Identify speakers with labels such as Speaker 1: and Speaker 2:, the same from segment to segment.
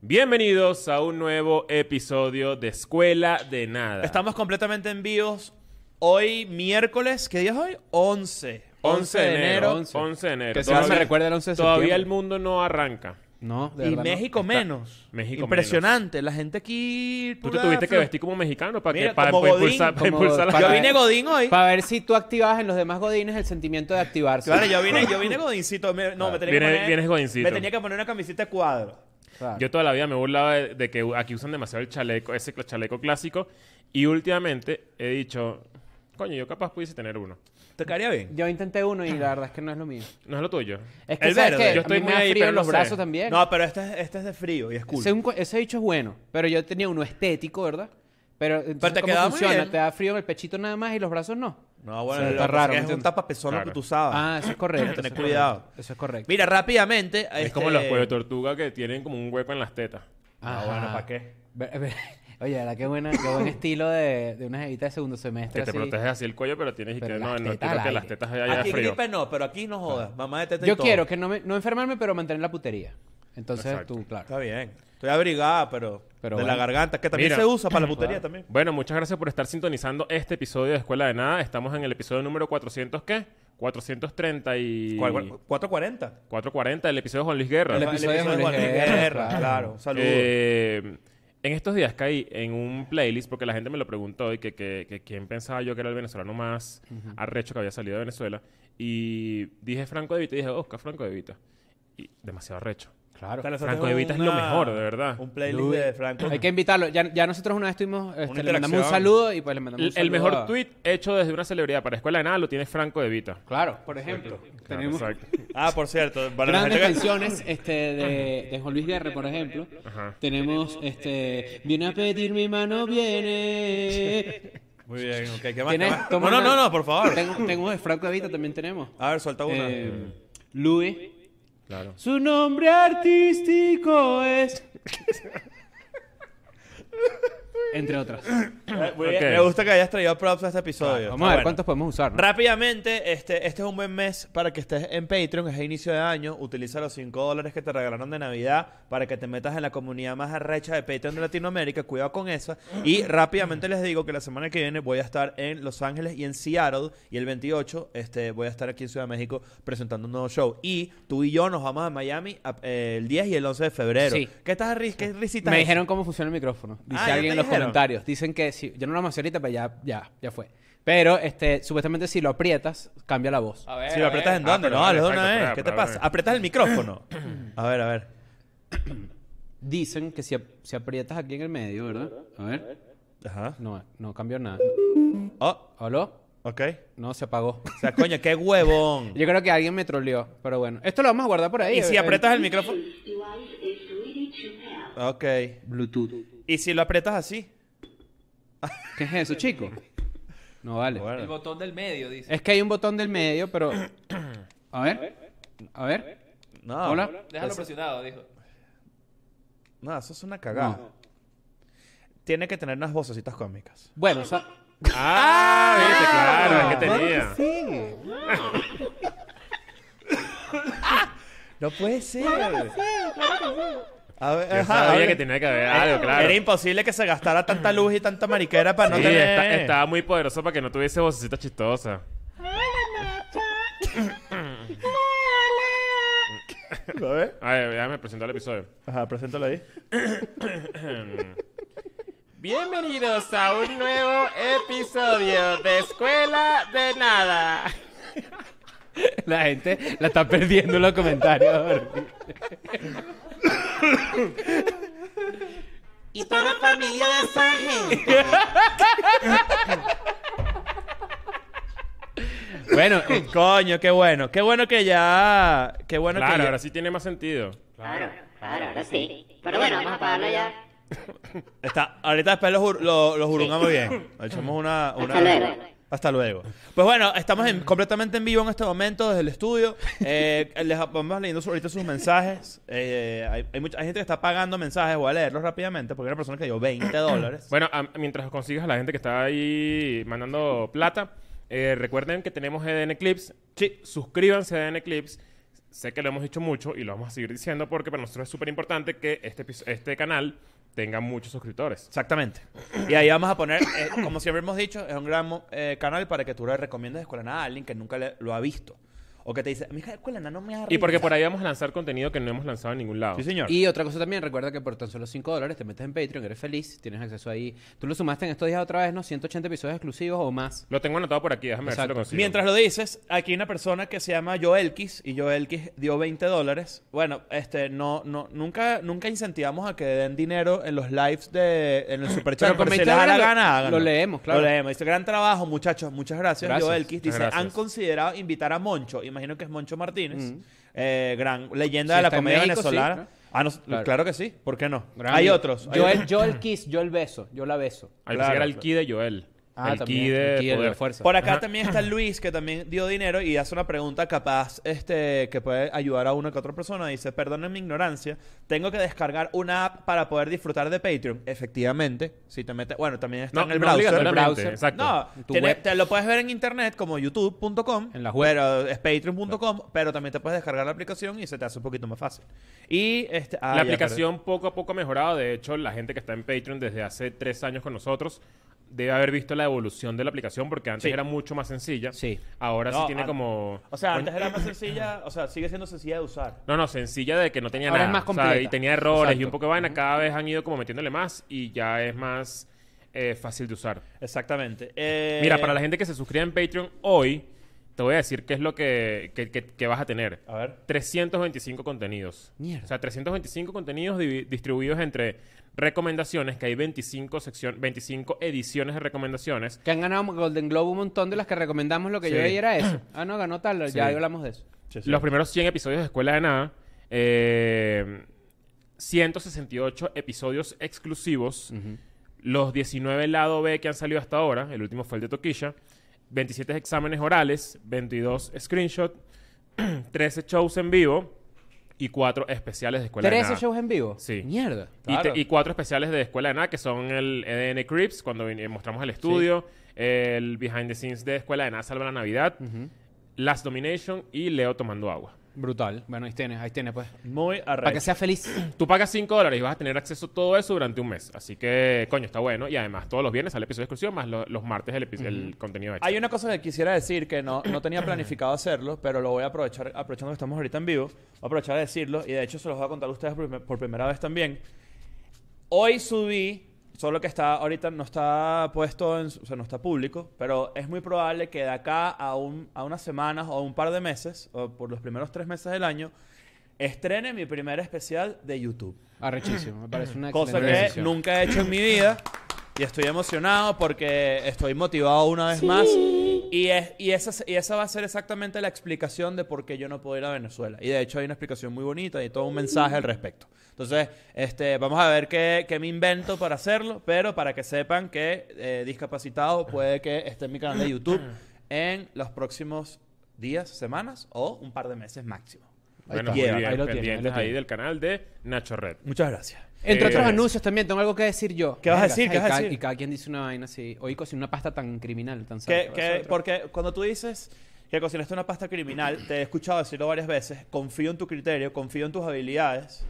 Speaker 1: Bienvenidos a un nuevo episodio de Escuela de Nada.
Speaker 2: Estamos completamente en vivos. Hoy, miércoles, ¿qué día es hoy? 11.
Speaker 1: 11 de enero.
Speaker 3: 11.
Speaker 1: 11 de enero.
Speaker 3: Que se
Speaker 1: Todavía-
Speaker 3: se recuerda el 11 de
Speaker 1: Todavía
Speaker 3: septiembre.
Speaker 1: el mundo no arranca.
Speaker 3: No, de
Speaker 2: Y
Speaker 3: verdad no.
Speaker 2: México
Speaker 1: Está-
Speaker 2: menos.
Speaker 1: México
Speaker 2: Impresionante. La gente aquí.
Speaker 1: Tú te
Speaker 2: pura
Speaker 1: tuviste que
Speaker 2: flu-
Speaker 1: vestir como mexicano para,
Speaker 2: Mira,
Speaker 1: que, para,
Speaker 2: como
Speaker 1: para
Speaker 2: Godín,
Speaker 1: impulsar, para
Speaker 3: como-
Speaker 1: impulsar la-
Speaker 3: para-
Speaker 2: Yo vine Godín hoy.
Speaker 3: Para ver si tú activabas en los demás godines el sentimiento de activarse.
Speaker 2: Claro, yo vine, yo vine Godincito. Me- no, me tenía
Speaker 1: Vienes-
Speaker 2: que poner,
Speaker 1: Ah, vienes Godincito.
Speaker 2: Me tenía que poner una camiseta de cuadro.
Speaker 3: Claro.
Speaker 1: Yo toda la vida me burlaba de, de que aquí usan demasiado el chaleco, ese cl- chaleco clásico. Y últimamente he dicho, coño, yo capaz pudiese tener uno.
Speaker 2: ¿Te caería bien?
Speaker 3: Yo intenté uno y la verdad es que no es lo mío.
Speaker 1: No es lo tuyo.
Speaker 3: Es que
Speaker 2: El
Speaker 3: ¿sabes
Speaker 2: verde.
Speaker 3: qué?
Speaker 2: Yo
Speaker 3: A
Speaker 1: estoy
Speaker 3: mí
Speaker 1: muy
Speaker 3: me da
Speaker 1: ahí,
Speaker 3: frío
Speaker 1: pero
Speaker 3: en
Speaker 1: no
Speaker 3: los
Speaker 1: sé.
Speaker 3: brazos también.
Speaker 2: No, pero este, es- este es de frío y es cool.
Speaker 3: Según cu- ese dicho es bueno, pero yo tenía uno estético, ¿verdad? Pero, entonces,
Speaker 2: Pero te
Speaker 3: ¿cómo
Speaker 2: quedaba muy
Speaker 3: funciona?
Speaker 2: bien.
Speaker 3: ¿Te da frío en el pechito nada más y los brazos no?
Speaker 2: No, bueno,
Speaker 3: Sí,
Speaker 2: lo
Speaker 3: está
Speaker 2: que pasa es
Speaker 3: raro,
Speaker 2: que
Speaker 3: ¿me
Speaker 2: Es un
Speaker 3: entiendes?
Speaker 2: tapapezón lo
Speaker 1: Claro.
Speaker 2: que tú usabas.
Speaker 3: Ah, eso es correcto.
Speaker 2: Tener
Speaker 3: eso es
Speaker 2: cuidado.
Speaker 3: correcto, Eso es correcto.
Speaker 2: Mira, rápidamente.
Speaker 1: Es
Speaker 2: este-
Speaker 1: como los cuellos de tortuga que tienen como un hueco en las tetas.
Speaker 3: Ah,
Speaker 2: Ah, bueno, ¿para qué?
Speaker 3: Ve- ve- Oye, ¿verdad? Qué, buena, qué buen estilo de, de una jevita de segundo semestre.
Speaker 1: Que te
Speaker 3: así.
Speaker 1: proteges así el cuello, pero tienes y
Speaker 3: Pero
Speaker 1: que no,
Speaker 3: las
Speaker 1: no
Speaker 3: tetas
Speaker 1: quiero
Speaker 3: al
Speaker 1: que
Speaker 3: aire.
Speaker 1: las tetas haya, haya
Speaker 2: Aquí en
Speaker 1: frío.
Speaker 2: gripe no, pero aquí no jodas. Mamá de teta y
Speaker 3: Yo
Speaker 2: todo.
Speaker 3: quiero que no, me- no enfermarme, pero mantener la putería. Entonces
Speaker 1: Exacto.
Speaker 3: tú, claro.
Speaker 2: Está bien. Estoy abrigada, pero,
Speaker 3: Pero
Speaker 2: de
Speaker 3: bueno.
Speaker 2: la garganta, que también
Speaker 1: Mira.
Speaker 2: se usa para la putería también.
Speaker 1: Bueno, muchas gracias por estar sintonizando este episodio de Escuela de Nada. Estamos en el episodio número 400, ¿qué? 430 y...
Speaker 2: Cual- cual- 440.
Speaker 1: 440, el episodio de Juan Luis Guerra.
Speaker 3: El
Speaker 2: Ajá,
Speaker 3: episodio de Juan Luis Guerra, claro.
Speaker 2: claro. Un saludo.
Speaker 1: Eh, en estos días caí en un playlist porque la gente me lo preguntó y que, que, que quién pensaba yo que era el venezolano más arrecho que había salido de Venezuela. Y dije Franco de Vita y dije, Oscar Franco de Vita. Y demasiado arrecho.
Speaker 3: Claro.
Speaker 2: Te lanzaste
Speaker 1: Franco de Vita es lo
Speaker 2: una-
Speaker 1: mejor, de verdad.
Speaker 2: Un playlist
Speaker 3: Luis.
Speaker 2: de Franco.
Speaker 3: Hay que invitarlo. Ya, ya nosotros una vez tuvimos, este, le mandamos un
Speaker 2: interacción.
Speaker 3: saludo y pues le mandamos
Speaker 1: El,
Speaker 3: un
Speaker 1: el
Speaker 3: saludo
Speaker 1: mejor
Speaker 3: a-
Speaker 1: tweet hecho desde una celebridad para Escuela de Nada lo tiene Franco de Vita.
Speaker 3: Claro, por ejemplo.
Speaker 1: Claro,
Speaker 3: tenemos
Speaker 1: exacto.
Speaker 2: Ah, por cierto. Para la
Speaker 3: grandes
Speaker 2: gente que-
Speaker 3: canciones este, de, de Juan Luis Guerra, por ejemplo.
Speaker 1: Ajá.
Speaker 3: Tenemos este, Viene a pedir mi mano, viene.
Speaker 2: Muy bien, ok. ¿Qué más?
Speaker 3: Tienes-
Speaker 2: ¿Qué más?
Speaker 3: toma
Speaker 2: No, no,
Speaker 3: una-
Speaker 2: no, no, por favor.
Speaker 3: Tengo, tengo de Franco Evita también tenemos.
Speaker 2: A ver, suelta Ah, una.
Speaker 3: Eh, Luis.
Speaker 1: Claro.
Speaker 3: Su nombre artístico es. Entre otras.
Speaker 2: Eh, muy bien.
Speaker 1: ok.
Speaker 2: Me gusta que hayas traído props a este episodio.
Speaker 3: Vamos
Speaker 2: Está
Speaker 3: a ver
Speaker 2: bueno.
Speaker 3: cuántos podemos usar. ¿no?
Speaker 2: Rápidamente, este, este es un buen mes para que estés en Patreon, es a inicio de año. Utiliza los 5 dólares que te regalaron de Navidad para que te metas en la comunidad más arrecha de Patreon de Latinoamérica. Cuidado con esa. Y rápidamente les digo que la semana que viene voy a estar en Los Ángeles y en Seattle. Y el 28 este, voy a estar aquí en Ciudad de México presentando un nuevo show. Y tú y yo nos vamos a Miami a- eh, el 10 y el 11 de febrero.
Speaker 3: Sí.
Speaker 2: ¿Qué estás ris qué risitas
Speaker 3: Me
Speaker 2: es?
Speaker 3: dijeron cómo funciona el micrófono. Dice
Speaker 2: Ah, ¿ya te
Speaker 3: alguien en los
Speaker 2: dijeron?
Speaker 3: comentarios. Dicen que si. Yo no lo mencioné ahorita, pero ya, ya, ya fue. Pero este, supuestamente si lo aprietas, cambia la voz.
Speaker 1: ver, Ah,
Speaker 2: Si lo apretas en dónde,
Speaker 1: pero
Speaker 2: no,
Speaker 1: vale,
Speaker 2: hazlo de una
Speaker 1: exacto,
Speaker 2: vez.
Speaker 1: pero-
Speaker 2: ¿Qué te
Speaker 1: pero-
Speaker 2: pasa? Apretas el micrófono. A ver, a ver.
Speaker 3: Dicen que si, ap- si aprietas aquí en el medio, ¿verdad? A ver.
Speaker 2: Ajá.
Speaker 3: No, no cambió nada.
Speaker 2: Oh,
Speaker 3: ¿Aló?
Speaker 2: ok.
Speaker 3: No, se apagó.
Speaker 2: O sea, coño, qué huevón.
Speaker 3: Yo creo que alguien me troleó, pero bueno. Esto lo vamos a guardar por ahí.
Speaker 2: Y si
Speaker 3: Eh,
Speaker 2: apretas el micrófono. Ok.
Speaker 3: Bluetooth.
Speaker 2: Y si lo apretas así.
Speaker 3: ¿Qué es eso, chico? No vale.
Speaker 4: El botón del medio, dice.
Speaker 3: Es que hay un botón del medio, pero. A ver. A ver.
Speaker 2: No.
Speaker 3: Hola.
Speaker 4: Déjalo presionado, dijo.
Speaker 2: No, eso es una cagada.
Speaker 3: No.
Speaker 2: Tiene que tener unas vocecitas cómicas.
Speaker 3: Bueno, o sea.
Speaker 1: Ah, viste, claro, es que tenía.
Speaker 2: No puede ser. A ver,
Speaker 1: Yo
Speaker 2: ajá, a
Speaker 1: sabía
Speaker 2: ver.
Speaker 1: que tenía que haber algo, claro.
Speaker 2: Era imposible que se gastara tanta luz y tanta mariquera para no
Speaker 1: Sí,
Speaker 2: tener.
Speaker 1: esta- estaba muy poderoso para que no tuviese vocecita chistosa.
Speaker 2: A ver.
Speaker 1: A ver, déjame presentar el episodio.
Speaker 2: Ajá, preséntalo ahí.
Speaker 1: Bienvenidos a un nuevo episodio de Escuela de Nada.
Speaker 3: La gente la está perdiendo en los comentarios.
Speaker 5: Y toda la familia de esa gente.
Speaker 3: Bueno, eh,
Speaker 2: Coño, qué bueno. Qué bueno que ya. Qué bueno que.
Speaker 1: Claro,
Speaker 2: ya-
Speaker 1: ahora sí tiene más sentido.
Speaker 5: Claro, claro, ahora sí. Pero bueno, vamos a apagarlo ya.
Speaker 2: Está, ahorita después los jur- lo- los jurungamos bien. Echamos una, una-
Speaker 5: Hasta luego.
Speaker 2: Hasta luego. Pues bueno, estamos en- completamente en vivo en este momento desde el estudio. Eh, les vamos leyendo su- ahorita sus mensajes. Eh, hay, hay mucha hay gente que está pagando mensajes. Voy a leerlos rápidamente porque hay una persona que dio 20 dólares.
Speaker 1: Bueno, a- mientras consigas a la gente que está ahí E mandando plata, eh, recuerden que tenemos EDN E Clips. Sí, suscríbanse a EDN Clips. sé que lo hemos dicho mucho y lo vamos a seguir diciendo porque para nosotros es súper importante que este, episo- este canal tenga muchos suscriptores.
Speaker 2: Exactamente. Y ahí vamos a poner, eh, como siempre hemos dicho, es un gran mo- eh, canal para que tú le recomiendes Escuela de Nada a alguien que nunca le- lo ha visto. O que te dice, mi hija Escuela de Nada no me ha
Speaker 1: Y porque por ahí vamos a lanzar contenido que no hemos lanzado en ningún lado.
Speaker 2: Sí, señor.
Speaker 3: Y otra cosa también, recuerda que por tan solo 5 dólares te metes en Patreon, eres feliz, tienes acceso ahí. Tú lo sumaste en estos días otra vez, ¿no? 180 episodios exclusivos o más.
Speaker 1: Lo tengo anotado por aquí, déjame ver si lo
Speaker 3: Exacto.
Speaker 1: consigo.
Speaker 2: Mientras lo dices, aquí hay una persona que se llama Joelkis y Joelkis dio 20 dólares. Bueno, este, no, no, nunca, nunca incentivamos a que den dinero en los lives de, en el superchat.
Speaker 3: Pero con
Speaker 2: si
Speaker 3: 20
Speaker 2: les da la
Speaker 3: dólares lo-
Speaker 2: gana, háganlo.
Speaker 3: lo leemos, claro.
Speaker 2: Lo leemos. Dice, gran trabajo, muchachos. Muchas gracias,
Speaker 3: Gracias.
Speaker 2: Joelkis. Dice,
Speaker 1: Gracias.
Speaker 2: han considerado invitar a Moncho. Imagino que es Moncho Martínez.
Speaker 3: Mm.
Speaker 2: eh, gran leyenda
Speaker 3: Sí,
Speaker 2: de la
Speaker 3: está en
Speaker 2: comedia
Speaker 3: México, sí,
Speaker 2: venezolana.
Speaker 3: ¿no?
Speaker 2: Ah, no, claro.
Speaker 3: Claro.
Speaker 2: que sí. ¿Por qué no?
Speaker 3: Gran
Speaker 2: hay
Speaker 3: amigo.
Speaker 2: otros. hay
Speaker 3: Yo
Speaker 2: otros.
Speaker 3: el, yo el kiss, yo el beso, yo la beso.
Speaker 1: Al
Speaker 2: Claro,
Speaker 1: que era el
Speaker 2: claro. Ah,
Speaker 1: ki de Joel. el ki de
Speaker 3: el ki de
Speaker 1: poder.
Speaker 3: fuerza.
Speaker 2: Por acá también está Luis, que también dio dinero y hace una pregunta capaz este, que puede ayudar a una que otra persona. Dice, perdonen mi ignorancia, tengo que descargar una app para poder disfrutar de Patreon. Efectivamente, si te metes... Bueno, también está
Speaker 1: No,
Speaker 2: en el
Speaker 1: no
Speaker 2: browser.
Speaker 1: obligatoriamente,
Speaker 3: el browser.
Speaker 1: Exacto.
Speaker 2: No,
Speaker 3: En tu
Speaker 2: tiene-
Speaker 3: web.
Speaker 2: te lo puedes ver en internet como youtube.com,
Speaker 3: En la web.
Speaker 2: pero es patreon.com, pero también te puedes descargar la aplicación y se te hace un poquito más fácil. Y este, ah,
Speaker 1: la
Speaker 2: ya,
Speaker 1: aplicación poco a poco ha mejorado. De hecho, la gente que está en Patreon desde hace tres años con nosotros debe haber visto la evolución de la aplicación porque antes
Speaker 2: Sí.
Speaker 1: era mucho más sencilla.
Speaker 3: Sí.
Speaker 1: Ahora sí
Speaker 2: No,
Speaker 1: tiene
Speaker 2: an-
Speaker 1: como...
Speaker 2: pero- O sea, antes era más sencilla, o sea, sigue siendo sencilla de usar.
Speaker 1: No, no, sencilla de que no tenía
Speaker 3: Ahora
Speaker 1: nada.
Speaker 3: es más
Speaker 1: O sea,
Speaker 3: completa.
Speaker 1: y tenía errores y
Speaker 3: Exacto.
Speaker 1: un poco de vaina. Cada vez han ido como metiéndole más y ya es más eh, fácil de usar.
Speaker 2: Exactamente. Eh,
Speaker 1: Mira, para la gente que se suscriba en Patreon hoy, te voy a decir qué es lo que, que- que- que vas a tener.
Speaker 2: A ver.
Speaker 1: 325 contenidos.
Speaker 3: Mierda.
Speaker 1: O sea, 325 contenidos divi- distribuidos entre recomendaciones, que hay 25, sección, 25 ediciones de recomendaciones.
Speaker 3: Que han ganado Golden Globe un montón de las que recomendamos lo que yo
Speaker 1: Sí.
Speaker 3: veía era eso. Ah, no, ganó tal,
Speaker 1: Sí.
Speaker 3: ya hablamos de eso.
Speaker 1: Los primeros 100 episodios de Escuela de Nada. eh, 168 episodios exclusivos. Los 19 lado B que han salido hasta ahora. El último fue el de Toquilla. 27 exámenes orales. 22 screenshots. 13 shows en vivo. Y 4 especiales de Escuela de Nada.
Speaker 3: 13 shows en vivo.
Speaker 1: Sí.
Speaker 3: Mierda.
Speaker 1: Y, te-
Speaker 2: Claro.
Speaker 1: y cuatro especiales de Escuela de Nada, que son el EDN Crips, cuando vin- eh, mostramos el estudio, el Behind the Scenes de Escuela de Nada Salva la Navidad, Last Domination y Leo Tomando Agua.
Speaker 3: Brutal. Bueno, ahí tienes, ahí tienes, pues.
Speaker 2: Muy arrecho.
Speaker 3: Para que sea feliz.
Speaker 1: Tú pagas 5 dólares y vas a tener acceso a todo eso durante un mes. Así que, coño, está bueno. Y además, todos los viernes sale episodio exclusivo, más lo- los martes el, epi- el contenido extra.
Speaker 2: Hay una cosa que quisiera decir que no, no tenía planificado hacerlo, pero lo voy a aprovechar, aprovechando que estamos ahorita en vivo, voy a aprovechar a decirlo y de hecho se los voy a contar a ustedes por, por primera vez también. Hoy subí, solo que está ahorita no está puesto, en, su- o sea, no está público, pero es muy probable que de acá a, un, a unas semanas o un par de meses, o por los primeros tres meses del año, estrene mi primer especial de YouTube.
Speaker 3: Arrechísimo. Me parece una
Speaker 2: Cosa que
Speaker 3: excelente decisión.
Speaker 2: nunca he hecho en mi vida. Y estoy emocionado porque estoy motivado una vez más. Y, es, y, esa, y esa va a ser exactamente la explicación de por qué yo no puedo ir a Venezuela. Y de hecho hay una explicación muy bonita y todo un mensaje al respecto. Entonces, este, vamos a ver qué, qué me invento para hacerlo, pero para que sepan que eh, discapacitado puede que esté en mi canal de YouTube en los próximos días, semanas o un par de meses máximo.
Speaker 1: bueno,
Speaker 3: está.
Speaker 1: muy
Speaker 2: Lleva,
Speaker 1: bien.
Speaker 3: ahí lo tiene,
Speaker 1: pendientes
Speaker 3: ahí lo
Speaker 1: ahí
Speaker 3: tiene.
Speaker 1: del canal de Nacho Red.
Speaker 2: Muchas gracias.
Speaker 3: Entre
Speaker 1: Eh,
Speaker 3: otros anuncios también, tengo algo que decir yo.
Speaker 2: ¿Qué vas a
Speaker 3: Verga,
Speaker 2: decir?
Speaker 3: y
Speaker 2: ¿Qué vas a
Speaker 3: cada-
Speaker 2: decir?
Speaker 3: Y cada quien dice una vaina así. Hoy cociné una pasta tan criminal, tan
Speaker 2: Que,
Speaker 3: santa.
Speaker 2: que- porque cuando tú dices que cocinaste una pasta criminal, te he escuchado decirlo varias veces, confío en tu criterio, confío en tus habilidades.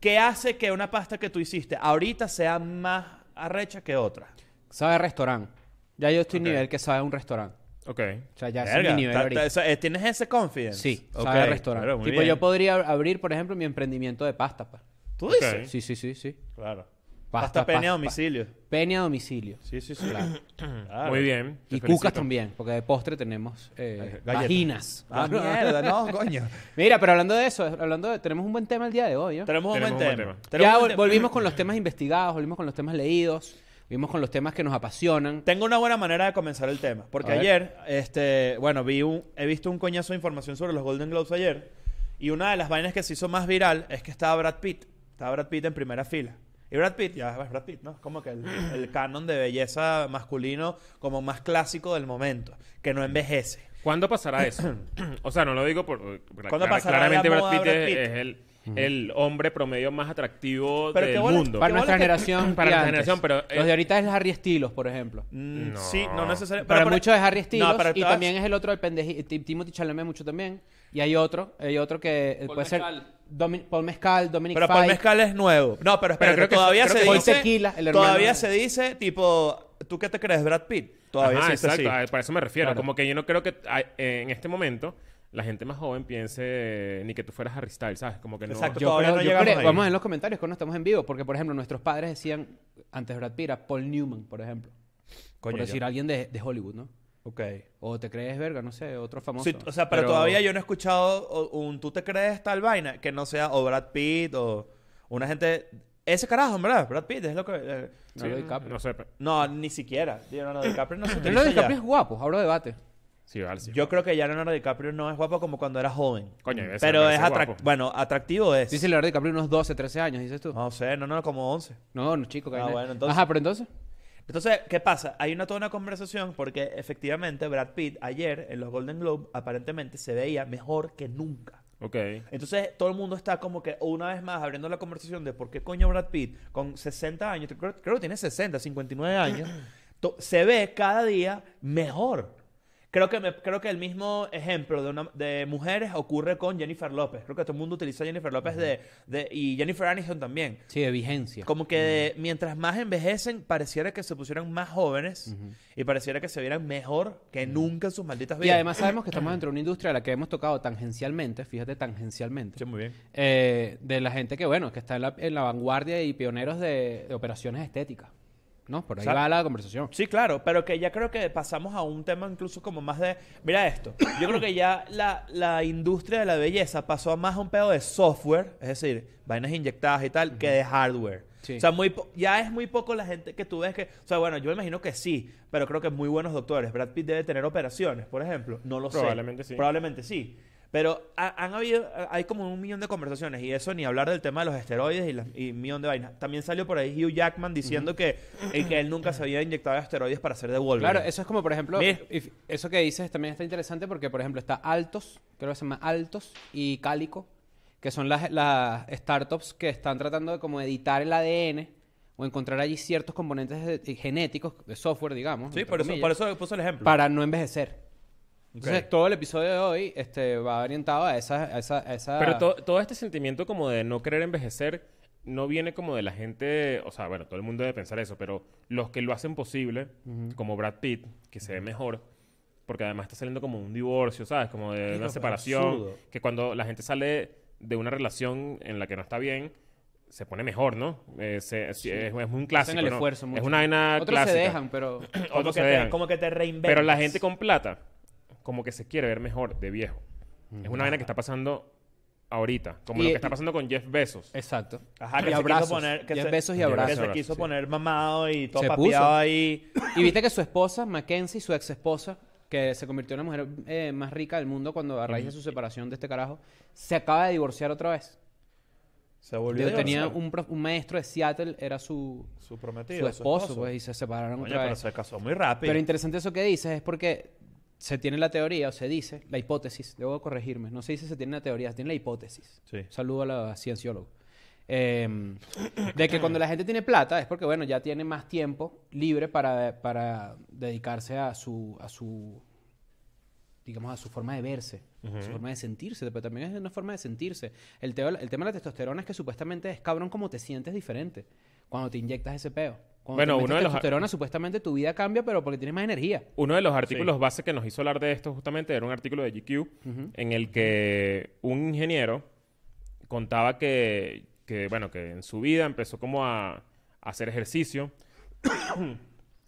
Speaker 2: ¿Qué hace que una pasta que tú hiciste ahorita sea más arrecha que otra?
Speaker 3: Sabe a restaurante. Ya yo estoy
Speaker 1: Ok.
Speaker 3: nivel que sabe a un restaurante.
Speaker 1: Ok.
Speaker 3: O sea, ya
Speaker 2: Verga,
Speaker 3: es mi nivel
Speaker 2: ta- ta-
Speaker 3: ahorita.
Speaker 2: o sea, eh, ¿Tienes ese confidence?
Speaker 3: Sí,
Speaker 2: Ok,
Speaker 3: sabe a restaurante.
Speaker 2: claro, muy
Speaker 3: tipo,
Speaker 2: bien.
Speaker 3: yo podría ab- abrir, por ejemplo, mi emprendimiento de pasta. pa.
Speaker 2: ¿Tú
Speaker 1: Ok.
Speaker 2: dices?
Speaker 3: Sí, sí, sí, sí.
Speaker 2: Claro. Pasta,
Speaker 3: Pasta,
Speaker 2: pene a
Speaker 3: pasta,
Speaker 2: domicilio.
Speaker 3: Peña a domicilio.
Speaker 2: Sí, sí, sí. Claro.
Speaker 1: Muy bien. te
Speaker 3: Y
Speaker 1: felicito.
Speaker 3: cucas también, porque de postre tenemos eh,
Speaker 2: Galletas.
Speaker 3: vaginas.
Speaker 2: Ah, mierda, no, coño.
Speaker 3: Mira, pero hablando de eso, hablando de, tenemos un buen tema el día de hoy. ¿eh?
Speaker 2: Tenemos
Speaker 1: Tenemos
Speaker 2: un buen
Speaker 1: un
Speaker 2: tema.
Speaker 1: buen tema.
Speaker 2: Tenemos un
Speaker 3: Ya vol-
Speaker 2: buen tema.
Speaker 3: volvimos con los temas investigados, volvimos con los temas leídos, volvimos con los temas que nos apasionan.
Speaker 2: Tengo una buena manera de comenzar el tema. Porque
Speaker 3: A ver.
Speaker 2: ayer, este, bueno, vi un, he visto un coñazo de información sobre los Golden Globes ayer. Y una de las vainas que se hizo más viral es que estaba Brad Pitt. Estaba Brad Pitt en primera fila. Y Brad Pitt, ya es Brad Pitt, ¿no? Es como que el, el canon de belleza masculino como más clásico del momento, que no envejece.
Speaker 1: ¿Cuándo pasará eso? o sea, no lo digo por... por-
Speaker 2: ¿Cuándo pasará
Speaker 1: Claramente
Speaker 2: la
Speaker 1: Brad
Speaker 2: moda
Speaker 1: Pitt,
Speaker 2: Brad
Speaker 1: es-
Speaker 2: Pitt?
Speaker 1: Es, el, el hombre promedio más atractivo
Speaker 2: Pero qué
Speaker 1: del
Speaker 2: bola-
Speaker 1: mundo.
Speaker 2: qué
Speaker 3: Para nuestra
Speaker 2: bola que-
Speaker 1: para
Speaker 3: generación. y
Speaker 1: nuestra
Speaker 3: antes.
Speaker 1: generación, pero, eh,
Speaker 3: Los de ahorita es Harry Estilos, por ejemplo.
Speaker 2: Mm,
Speaker 1: No.
Speaker 2: Sí, e- no necesariamente.
Speaker 3: para muchos es Harry Estilos.
Speaker 2: pero
Speaker 3: y
Speaker 2: todas-
Speaker 3: también es el otro, el pendejito. Timothy Chalamet, mucho también. Y hay otro, hay otro que eh,
Speaker 4: Paul
Speaker 3: puede ser
Speaker 4: Mescal.
Speaker 3: Domin- Paul Mezcal, Dominic
Speaker 2: Pero Paul
Speaker 3: Fike.
Speaker 2: Mezcal es nuevo. No, pero espera,
Speaker 1: creo que-
Speaker 2: todavía
Speaker 1: creo
Speaker 2: se
Speaker 1: que Paul
Speaker 2: dice.
Speaker 3: Tequila, el hermano.
Speaker 2: todavía se dice, tipo, ¿tú qué te crees, Brad Pitt? Todavía
Speaker 1: Ajá,
Speaker 2: se dice
Speaker 1: exacto.
Speaker 2: así.
Speaker 1: a- Para eso me refiero.
Speaker 3: Claro.
Speaker 1: Como que yo no creo que a- en este momento la gente más joven piense eh, ni que tú fueras Harry Styles, ¿sabes? Como que no.
Speaker 2: Exacto.
Speaker 3: Yo
Speaker 2: pues, Todavía
Speaker 3: creo,
Speaker 2: no
Speaker 3: yo
Speaker 2: llegamos
Speaker 3: creo-
Speaker 2: ahí.
Speaker 3: vamos a ver en los comentarios que no estamos en vivo, porque por ejemplo nuestros padres decían antes Brad Pitt a Paul Newman, por ejemplo,
Speaker 2: Coño,
Speaker 3: por decir
Speaker 2: yo.
Speaker 3: alguien de, de Hollywood, ¿no?
Speaker 2: Ok.
Speaker 3: O te crees verga, no sé, otro famoso.
Speaker 2: Sí, o sea, pero, todavía yo no he escuchado o- un tú te crees tal vaina que no sea o Brad Pitt o una gente. Ese carajo, en verdad, Brad Pitt es lo que. eh,
Speaker 1: Sí,
Speaker 3: Leonardo DiCaprio.
Speaker 1: no sé. pe-
Speaker 2: no, ni siquiera. Leonardo DiCaprio no se
Speaker 3: Pero Leonardo
Speaker 2: utiliza
Speaker 3: DiCaprio
Speaker 2: ya.
Speaker 3: es guapo, abro debate.
Speaker 1: Sí, vale, sí.
Speaker 2: Yo creo que ya Leonardo DiCaprio no es guapo como cuando era joven.
Speaker 1: Coño, ese
Speaker 2: Pero
Speaker 1: parece
Speaker 2: es atractivo.
Speaker 1: guapo.
Speaker 2: Bueno, atractivo es.
Speaker 3: Dice Leonardo DiCaprio unos 12, 13 años, dices tú.
Speaker 2: No sé, no, no, como 11.
Speaker 3: No, no, chico, que
Speaker 2: Ah,
Speaker 3: hay-
Speaker 2: bueno, entonces-
Speaker 3: Ajá, pero entonces.
Speaker 2: Entonces, ¿qué pasa? Hay una toda una conversación porque efectivamente Brad Pitt ayer en los Golden Globe aparentemente se veía mejor que nunca.
Speaker 1: Ok.
Speaker 2: Entonces, todo el mundo está como que una vez más abriendo la conversación de por qué coño Brad Pitt con 60 años, creo, creo que tiene 60, 59 años, to- se ve cada día mejor. Creo que, me- creo que el mismo ejemplo de, una- de mujeres ocurre con Jennifer López. Creo que todo el mundo utiliza a Jennifer López de, de- y Jennifer Aniston también.
Speaker 3: Sí, de vigencia.
Speaker 2: Como que de- mientras más envejecen, pareciera que se pusieran más jóvenes y pareciera que se vieran mejor que nunca en sus malditas
Speaker 3: Y
Speaker 2: vidas.
Speaker 3: además sabemos que estamos dentro de una industria a la que hemos tocado tangencialmente, fíjate, tangencialmente.
Speaker 2: Sí, muy bien.
Speaker 3: eh, de la gente que, bueno, que está en la, en la vanguardia y pioneros de, de operaciones estéticas. ¿No? Por ahí
Speaker 2: Exacto.
Speaker 3: va la conversación.
Speaker 2: Sí, claro, pero que ya creo que pasamos a un tema incluso como más de, mira esto, yo creo que ya la, la industria de la belleza pasó a más a un pedo de software, es decir, vainas inyectadas y tal, que de hardware.
Speaker 3: Sí.
Speaker 2: O sea, muy po- ya es muy poco la gente que tú ves que, o sea, bueno, yo me imagino que sí, pero creo que muy buenos doctores. Brad Pitt debe tener operaciones, por ejemplo, no lo sé.
Speaker 1: Probablemente sí.
Speaker 2: Probablemente sí. Pero ha- han habido, hay como un millón de conversaciones y eso ni hablar del tema de los esteroides y, las- y un millón de vainas. También salió por ahí Hugh Jackman diciendo que, eh, que él nunca se había inyectado esteroides para ser de Wolverine.
Speaker 3: Claro, eso es como, por ejemplo,
Speaker 2: Mira.
Speaker 3: if- eso que dices también está interesante porque, por ejemplo, está Altos, creo que se llama Altos y Cálico, que son las, las startups que están tratando de como editar el ADN o encontrar allí ciertos componentes de- genéticos de software, digamos.
Speaker 2: Sí,
Speaker 3: entre
Speaker 2: por eso,
Speaker 3: comillas.
Speaker 2: por eso puse el ejemplo.
Speaker 3: para no envejecer. Entonces,
Speaker 2: Ok.
Speaker 3: todo el episodio de hoy este, va orientado a esa... a esa, a esa-
Speaker 1: Pero to- todo este sentimiento como de no querer envejecer no viene como de la gente, o sea, bueno, todo el mundo debe pensar eso, pero los que lo hacen posible, como Brad Pitt, que se ve mejor, porque además está saliendo como un divorcio, ¿sabes? Como de
Speaker 2: Qué
Speaker 1: una
Speaker 2: loco,
Speaker 1: separación,
Speaker 2: absurdo.
Speaker 1: que cuando la gente sale de una relación en la que no está bien, se pone mejor, ¿no? Eh, se- es, es un clásico,
Speaker 3: Hacen el
Speaker 1: ¿no?
Speaker 3: esfuerzo mucho.
Speaker 1: Es una vaina
Speaker 3: Otros
Speaker 1: clásica.
Speaker 3: se dejan, pues. pero...
Speaker 2: como,
Speaker 1: Otros
Speaker 2: que
Speaker 1: se
Speaker 2: te,
Speaker 1: dejan.
Speaker 2: como que te reinventas.
Speaker 1: Pero la gente con plata, como que se quiere ver mejor de viejo. Es una vaina que está pasando ahorita. Como
Speaker 3: Y-
Speaker 1: lo que está pasando con Jeff Bezos.
Speaker 3: Exacto.
Speaker 2: Ajá, que
Speaker 3: y
Speaker 2: se
Speaker 3: abrazos.
Speaker 2: quiso poner... Que
Speaker 3: y
Speaker 2: se-
Speaker 3: besos y
Speaker 1: Ya
Speaker 3: abrazos.
Speaker 2: Que se
Speaker 1: abrazos,
Speaker 2: quiso
Speaker 1: sí.
Speaker 2: poner mamado y todo
Speaker 3: Se
Speaker 2: papiado
Speaker 3: puso.
Speaker 2: ahí.
Speaker 3: Y viste que su esposa, Mackenzie, su ex esposa, que se convirtió en la mujer eh, más rica del mundo cuando a raíz de su separación de este carajo, se acaba de divorciar otra vez.
Speaker 2: Se volvió
Speaker 3: Yo tenía
Speaker 2: divorciado.
Speaker 3: un, prof- un maestro de Seattle, era su,
Speaker 2: Su
Speaker 3: su
Speaker 2: prometido,
Speaker 3: esposo, pues, y se separaron
Speaker 2: Coño,
Speaker 3: otra
Speaker 2: pero
Speaker 3: vez.
Speaker 2: se casó muy rápido.
Speaker 3: Pero interesante eso que dices es porque se tiene la teoría, o se dice, la hipótesis, debo corregirme, no se dice se tiene la teoría, se tiene la hipótesis.
Speaker 2: Sí.
Speaker 3: Un Saludo a la cienciólogo. Em, de que cuando la gente tiene plata es porque, bueno, ya tiene más tiempo libre para, para dedicarse a su, a su, digamos, a su forma de verse, a su forma de sentirse, pero también es una forma de sentirse. El, teo- el tema de la testosterona es que supuestamente es cabrón como te sientes diferente cuando te inyectas ese peo. Cuando
Speaker 1: Bueno,
Speaker 3: te
Speaker 1: uno
Speaker 3: metes
Speaker 1: de los-
Speaker 3: testosterona, supuestamente tu vida cambia, pero porque tienes más energía.
Speaker 1: Uno de los artículos base que nos hizo hablar de esto justamente era un artículo de GQ en el que un ingeniero contaba que, que, bueno, que en su vida empezó como a, a hacer ejercicio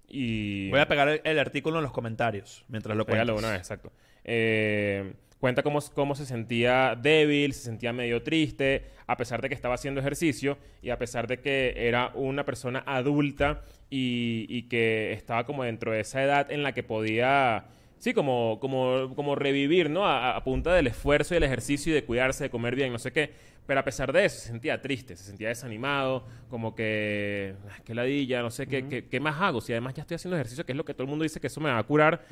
Speaker 1: y...
Speaker 2: Voy a pegar el, el artículo en los comentarios mientras lo
Speaker 1: Pégalo
Speaker 2: cuentas.
Speaker 1: una vez, exacto. Eh, cuenta cómo, cómo se sentía débil, se sentía medio triste, a pesar de que estaba haciendo ejercicio y a pesar de que era una persona adulta y, y que estaba como dentro de esa edad en la que podía, sí, como, como, como revivir, ¿no? A, a punta del esfuerzo y el ejercicio y de cuidarse, de comer bien, no sé qué. Pero a pesar de eso, se sentía triste, se sentía desanimado, como que, "Ah, qué ladilla, no sé, qué, qué- qué más hago? Si además ya estoy haciendo ejercicio, que es lo que todo el mundo dice que eso me va a curar,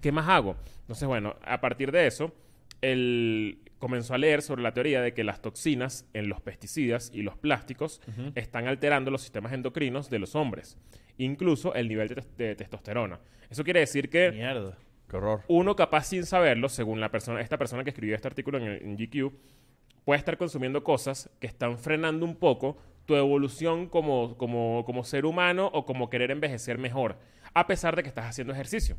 Speaker 1: ¿qué más hago? Entonces, bueno, a partir de eso, él comenzó a leer sobre la teoría de que las toxinas en los pesticidas y los plásticos están alterando los sistemas endocrinos de los hombres, incluso el nivel de, tes- de testosterona. Eso quiere decir que
Speaker 2: Mierda. Qué horror.
Speaker 1: Uno capaz sin saberlo, según la persona, esta persona que escribió este artículo en, el- en GQ, puede estar consumiendo cosas que están frenando un poco tu evolución como, como, como ser humano o como querer envejecer mejor, a pesar de que estás haciendo ejercicio.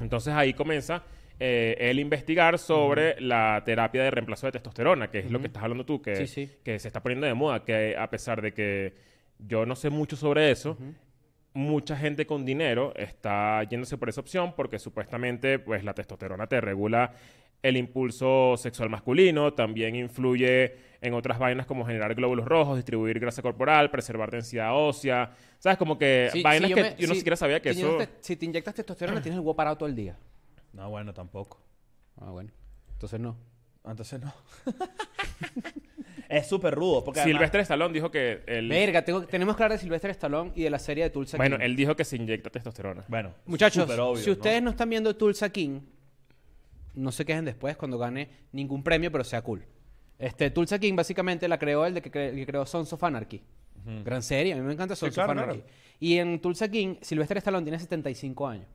Speaker 1: Entonces ahí comienza eh, el investigar sobre la terapia de reemplazo de testosterona, que es lo que estás hablando tú, que,
Speaker 3: Sí, sí.
Speaker 1: que se está poniendo de moda, que a pesar de que yo no sé mucho sobre eso, mucha gente con dinero está yéndose por esa opción porque supuestamente pues la testosterona te regula el impulso sexual masculino, también influye en otras vainas como generar glóbulos rojos, distribuir grasa corporal, preservar densidad ósea, sabes como que
Speaker 3: Sí,
Speaker 1: vainas
Speaker 3: sí,
Speaker 1: que
Speaker 3: me-
Speaker 1: yo no
Speaker 3: sí,
Speaker 1: siquiera sabía que
Speaker 3: si
Speaker 1: eso Ah.
Speaker 3: inyectas- si te inyectas testosterona, tienes el huevo parado todo el día.
Speaker 2: No, bueno, tampoco.
Speaker 3: Ah, bueno. Entonces no.
Speaker 2: Entonces no. es súper rudo. Porque además-
Speaker 1: Silvestre Stallone dijo que el
Speaker 3: Verga, tengo- tenemos que hablar de Silvestre Stallone y de la serie de Tulsa
Speaker 1: bueno,
Speaker 3: King.
Speaker 1: él dijo que se inyecta testosterona.
Speaker 2: Bueno,
Speaker 3: Muchachos,
Speaker 2: súper obvio,
Speaker 3: si ustedes ¿no? están viendo Tulsa King, no se quejen después cuando gane ningún premio, pero sea cool. Este, Tulsa King básicamente la creó el de que, cre- el que creó Sons of Anarchy. Gran serie, a mí me encanta Sons
Speaker 2: claro,
Speaker 3: of
Speaker 2: claro.
Speaker 3: Anarchy. Y en Tulsa King, Silvestre Stallone tiene 75 años.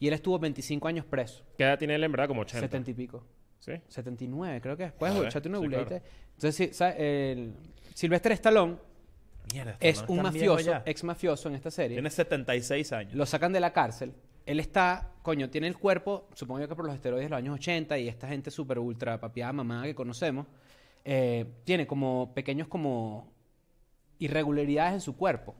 Speaker 3: Y él estuvo 25 años preso.
Speaker 1: ¿Qué edad tiene él en verdad? Como 80.
Speaker 3: 70 y pico.
Speaker 1: ¿Sí?
Speaker 3: 79, creo que es. Puedes
Speaker 2: A ver,
Speaker 3: echarte una
Speaker 2: sí,
Speaker 3: googleadita.
Speaker 2: claro.
Speaker 3: Entonces, sí, ¿sabes? El- Silvestre Stallone
Speaker 2: Mierda,
Speaker 3: es
Speaker 2: no
Speaker 3: un
Speaker 2: tan viejo
Speaker 3: mafioso,
Speaker 2: ya.
Speaker 3: ex mafioso en esta serie.
Speaker 2: Tiene 76 años.
Speaker 3: Lo sacan de la cárcel. Él está, coño, tiene el cuerpo, supongo yo que por los esteroides de los años 80 y esta gente súper ultra papiada, mamada que conocemos, eh, tiene como pequeños como irregularidades en su cuerpo.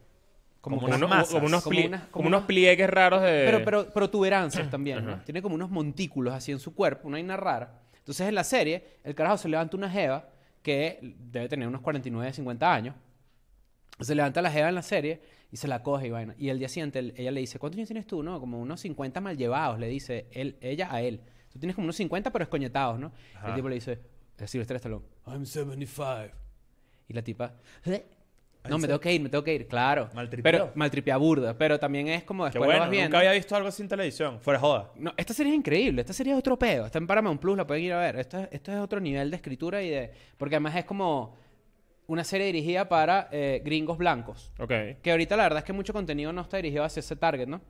Speaker 2: Como
Speaker 3: que-
Speaker 2: unas
Speaker 1: uno-
Speaker 2: masas.
Speaker 1: como unos,
Speaker 3: Como
Speaker 1: plie-
Speaker 3: unas-
Speaker 1: como
Speaker 3: como
Speaker 1: unos
Speaker 3: unas-
Speaker 1: pliegues raros de
Speaker 2: Eh.
Speaker 3: pero, pero protuberancias también, ¿no? Tiene como unos montículos así en su cuerpo, una vaina rara. Entonces en la serie, el carajo se levanta una jeva que debe tener unos 49, 50 años. Se levanta la jeva en la serie y se la coge y vaina. Y el día siguiente él- ella le dice, ¿cuántos años tienes tú? No, como unos 50 mal llevados, le dice él, ella a él. Tú tienes como unos 50 pero escoñetados, ¿no? El tipo le dice, es Silvestre Stallone, I'm 75. Y la tipa, "¿Eh? no, me tengo que ir, me tengo que ir, claro.
Speaker 2: Maltripeó.
Speaker 3: Pero, maltripea burda, pero también es como
Speaker 2: Qué
Speaker 3: después lo
Speaker 2: bueno,
Speaker 3: vas viendo.
Speaker 2: nunca había visto algo sin televisión. Fuera joda.
Speaker 3: No, esta serie es increíble. Esta serie es otro pedo. Está en Paramount Plus, la pueden ir a ver. Esto, es- esto es otro nivel de escritura y de... Porque además es como una serie dirigida para eh, gringos blancos.
Speaker 1: Ok.
Speaker 3: Que ahorita la verdad es que mucho contenido no está dirigido hacia ese target, ¿no?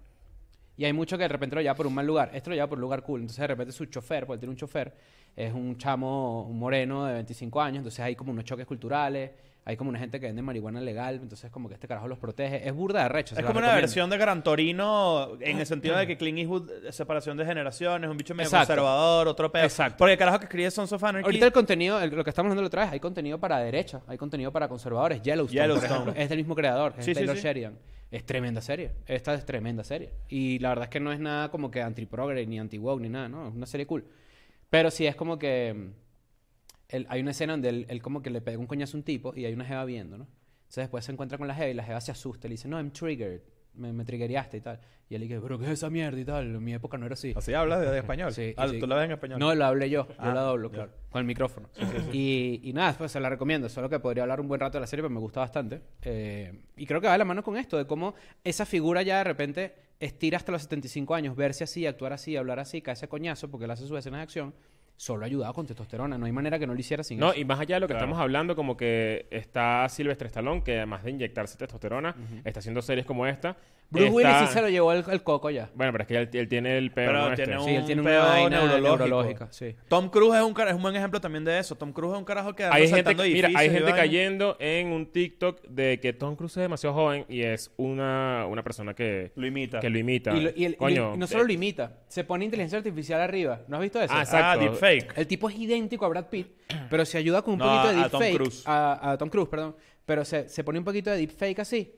Speaker 3: Y hay mucho que de repente lo lleva por un mal lugar. Esto lo lleva por un lugar cool. Entonces de repente su chofer, porque él tiene un chofer, es un chamo, un moreno de 25 años. Entonces hay como unos choques culturales. Hay como una gente que vende marihuana legal. Entonces como que este carajo los protege. Es burda de recho. se
Speaker 2: Es
Speaker 3: la
Speaker 2: como una
Speaker 3: recomiendo.
Speaker 2: versión de Gran Torino en el sentido de que Clint Eastwood, eh, separación de generaciones, un bicho medio
Speaker 3: Exacto.
Speaker 2: conservador, otro pedo.
Speaker 3: Exacto.
Speaker 2: Porque el carajo que escribe Sons of Anarchy.
Speaker 3: Ahorita el contenido, el- lo que estamos hablando la otra vez, hay contenido para derecha, hay contenido para conservadores. Yellowstone, por
Speaker 2: Yellowstone.
Speaker 3: ejemplo, es del mismo creador, que es
Speaker 2: Sí, sí,
Speaker 3: Taylor
Speaker 2: sí.
Speaker 3: Sheridan. Es tremenda serie. Esta es tremenda serie. Y la verdad es que no es nada como que anti-progre, ni anti-woke, ni nada, ¿no? Es una serie cool. Pero sí es como que. mm, él- hay una escena donde él, él como que le pega un coñazo a un tipo y hay una jeva viendo, ¿no? Entonces después se encuentra con la jeva y la jeva se asusta. Le dice, no, I'm triggered. Me, me triggeriaste y tal. Y él dice, pero ¿qué es esa mierda y tal? En mi época no era así.
Speaker 2: Así hablas de, de español.
Speaker 3: Sí,
Speaker 2: Ah,
Speaker 3: sí.
Speaker 2: tú lo ves en español.
Speaker 3: No, lo hablé yo. Yo
Speaker 2: Ah,
Speaker 3: la doblo,
Speaker 2: ya.
Speaker 3: claro. Con el micrófono. Y, y nada, pues se la recomiendo. Solo que podría hablar un buen rato de la serie, pero me gusta bastante. Eh, y creo que va de la mano con esto, de cómo esa figura ya de repente estira hasta los 75 años, verse así, actuar así, hablar así, caerse a coñazo, porque él hace sus escenas de acción, solo ayudado con testosterona. No hay manera que no lo hiciera sin
Speaker 1: No,
Speaker 3: eso.
Speaker 1: y más allá de lo que estamos hablando, como que está Silvestre Stallone, que además de inyectarse testosterona, está haciendo series como esta.
Speaker 3: Bruce
Speaker 1: Está-
Speaker 3: Willis sí se lo llevó el, el coco ya.
Speaker 1: Bueno, pero es que él, él tiene el peor.
Speaker 2: Pero
Speaker 1: ¿no?
Speaker 2: tiene
Speaker 1: Este.
Speaker 2: un
Speaker 3: Sí, él tiene una
Speaker 2: pedo
Speaker 3: vaina
Speaker 2: neurológico.
Speaker 3: neurológica, sí.
Speaker 2: Tom Cruise es un, cara- es un buen ejemplo también de eso. Tom Cruise es un carajo que anda
Speaker 1: Hay gente,
Speaker 2: saltando
Speaker 1: que- mira, hay
Speaker 2: edificios y
Speaker 1: gente
Speaker 2: vaina.
Speaker 1: cayendo en un TikTok de que Tom Cruise es demasiado joven y es una, una persona que
Speaker 2: Lo imita.
Speaker 1: Que lo imita.
Speaker 3: Y, lo- y el- y
Speaker 1: Coño.
Speaker 3: lo- y no solo lo imita, se pone inteligencia artificial arriba. ¿No has visto eso?
Speaker 1: Ah,
Speaker 2: eh. Ah,
Speaker 1: Exacto.
Speaker 2: deepfake.
Speaker 3: El tipo es idéntico a Brad Pitt, pero se ayuda con un
Speaker 2: No,
Speaker 3: poquito
Speaker 2: a-
Speaker 3: de
Speaker 2: a Tom
Speaker 3: deepfake.
Speaker 2: Cruise.
Speaker 3: A, a Tom Cruise, perdón. Pero se, se pone un poquito de deepfake así.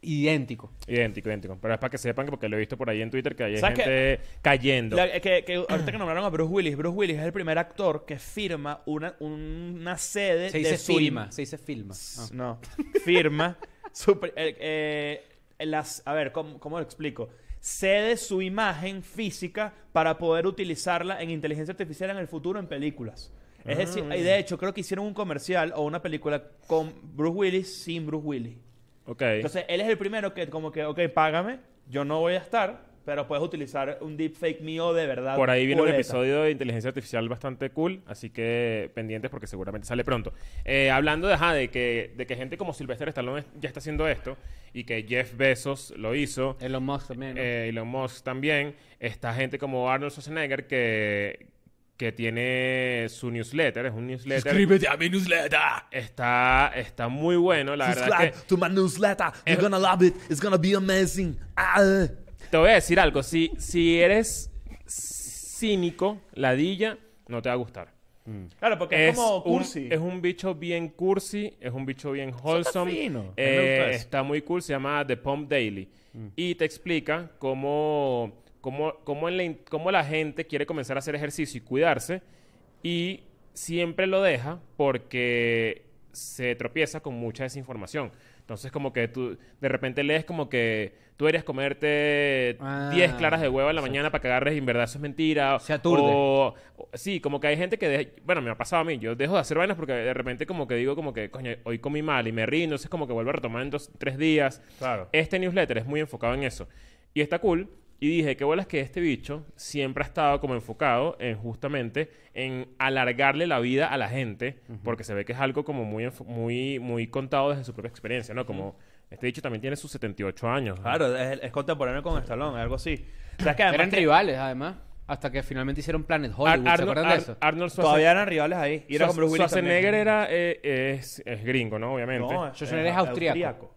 Speaker 3: Idéntico.
Speaker 1: Idéntico, idéntico. Pero es para que sepan que porque lo he visto por ahí en Twitter que hay
Speaker 2: ¿Sabes
Speaker 1: gente cayendo.
Speaker 2: La- eh, que, que ahorita que nombraron a Bruce Willis, Bruce Willis es el primer actor que firma una, una sede
Speaker 3: Se
Speaker 2: Eh, de
Speaker 3: dice
Speaker 2: su
Speaker 3: filma. Se dice filma. Ah.
Speaker 2: No. Firma. su pri- eh, eh, las, a ver, ¿cómo, cómo lo explico? Cede su imagen física para poder utilizarla en inteligencia artificial en el futuro en películas. Es
Speaker 1: Ah,
Speaker 2: decir, y de hecho, creo que hicieron un comercial o una película con Bruce Willis sin Bruce Willis.
Speaker 1: ok.
Speaker 2: Entonces, él es el primero que como que, ok, págame, yo no voy a estar, pero puedes utilizar un deepfake mío de verdad.
Speaker 1: Por ahí viene un
Speaker 2: boleta.
Speaker 1: episodio de inteligencia artificial bastante cool, así que pendientes porque seguramente sale pronto. Eh, hablando de, ajá, de, que, de que gente como Sylvester Stallone ya está haciendo esto y que Jeff Bezos lo hizo,
Speaker 3: Elon Musk también. ¿no?
Speaker 1: eh, Elon Musk también, está gente como Arnold Schwarzenegger que, que tiene su newsletter, es un newsletter.
Speaker 2: a mi newsletter.
Speaker 1: Está, está muy bueno, la verdad.
Speaker 2: Subscribe
Speaker 1: es que-
Speaker 2: to my newsletter. You're gonna love it. It's gonna be amazing. Ah.
Speaker 1: Te voy a decir algo. Si, si eres cínico, ladilla, no te va a gustar.
Speaker 2: Claro, porque es, como
Speaker 1: un,
Speaker 2: cursi.
Speaker 1: es un bicho bien cursi, es un bicho bien wholesome.
Speaker 2: fino. A mí me
Speaker 1: Eh,
Speaker 2: gusta eso. Mm.
Speaker 1: está muy cool, se llama The Pump Daily. Y te explica cómo, cómo, cómo, en la, in- cómo la gente quiere comenzar a hacer ejercicio y cuidarse y siempre lo deja porque se tropieza con mucha desinformación. Entonces como que tú de repente lees como que tú deberías comerte
Speaker 3: Ah,
Speaker 1: 10 claras de huevo en la mañana para que agarres y en verdad eso es mentira.
Speaker 3: Se aturde.
Speaker 1: O- o- o- sí, como que hay gente que, deja- bueno, me ha pasado a mí, yo dejo de hacer vainas porque de repente como que digo como que, coño, hoy comí mal y me rindo, entonces como que vuelvo a retomar en dos, tres días.
Speaker 2: Claro.
Speaker 1: Este newsletter es muy enfocado en eso. Y está cool. Y dije, qué bolas que este bicho siempre ha estado como enfocado en justamente en alargarle la vida a la gente, porque se ve que es algo como muy, enfo- muy, muy contado desde su propia experiencia, ¿no? Como este bicho también tiene sus 78 años. ¿no?
Speaker 2: Claro, es, es contemporáneo con Stallone, algo así. O sea, es que además
Speaker 3: Eran
Speaker 2: que
Speaker 3: rivales, además. Hasta que finalmente hicieron Planet
Speaker 1: Ar-
Speaker 3: Hollywood. ¿Se
Speaker 1: Arnold,
Speaker 3: acuerdan de
Speaker 1: Ar-
Speaker 3: eso?
Speaker 1: Arnold Schwarzenegger-
Speaker 2: todavía eran rivales ahí. Y era
Speaker 1: Schwar-
Speaker 2: con Bruce Willis también.
Speaker 1: Schwarzenegger era, eh, es, es gringo, ¿no? Obviamente.
Speaker 2: No,
Speaker 3: Schwarzenegger es austriaco.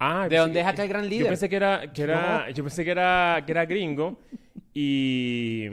Speaker 1: Ah,
Speaker 3: ¿De
Speaker 1: pensé
Speaker 3: dónde
Speaker 1: que-
Speaker 3: es aquel gran líder?
Speaker 1: Yo pensé que era, que era, yo pensé que era, que era gringo y,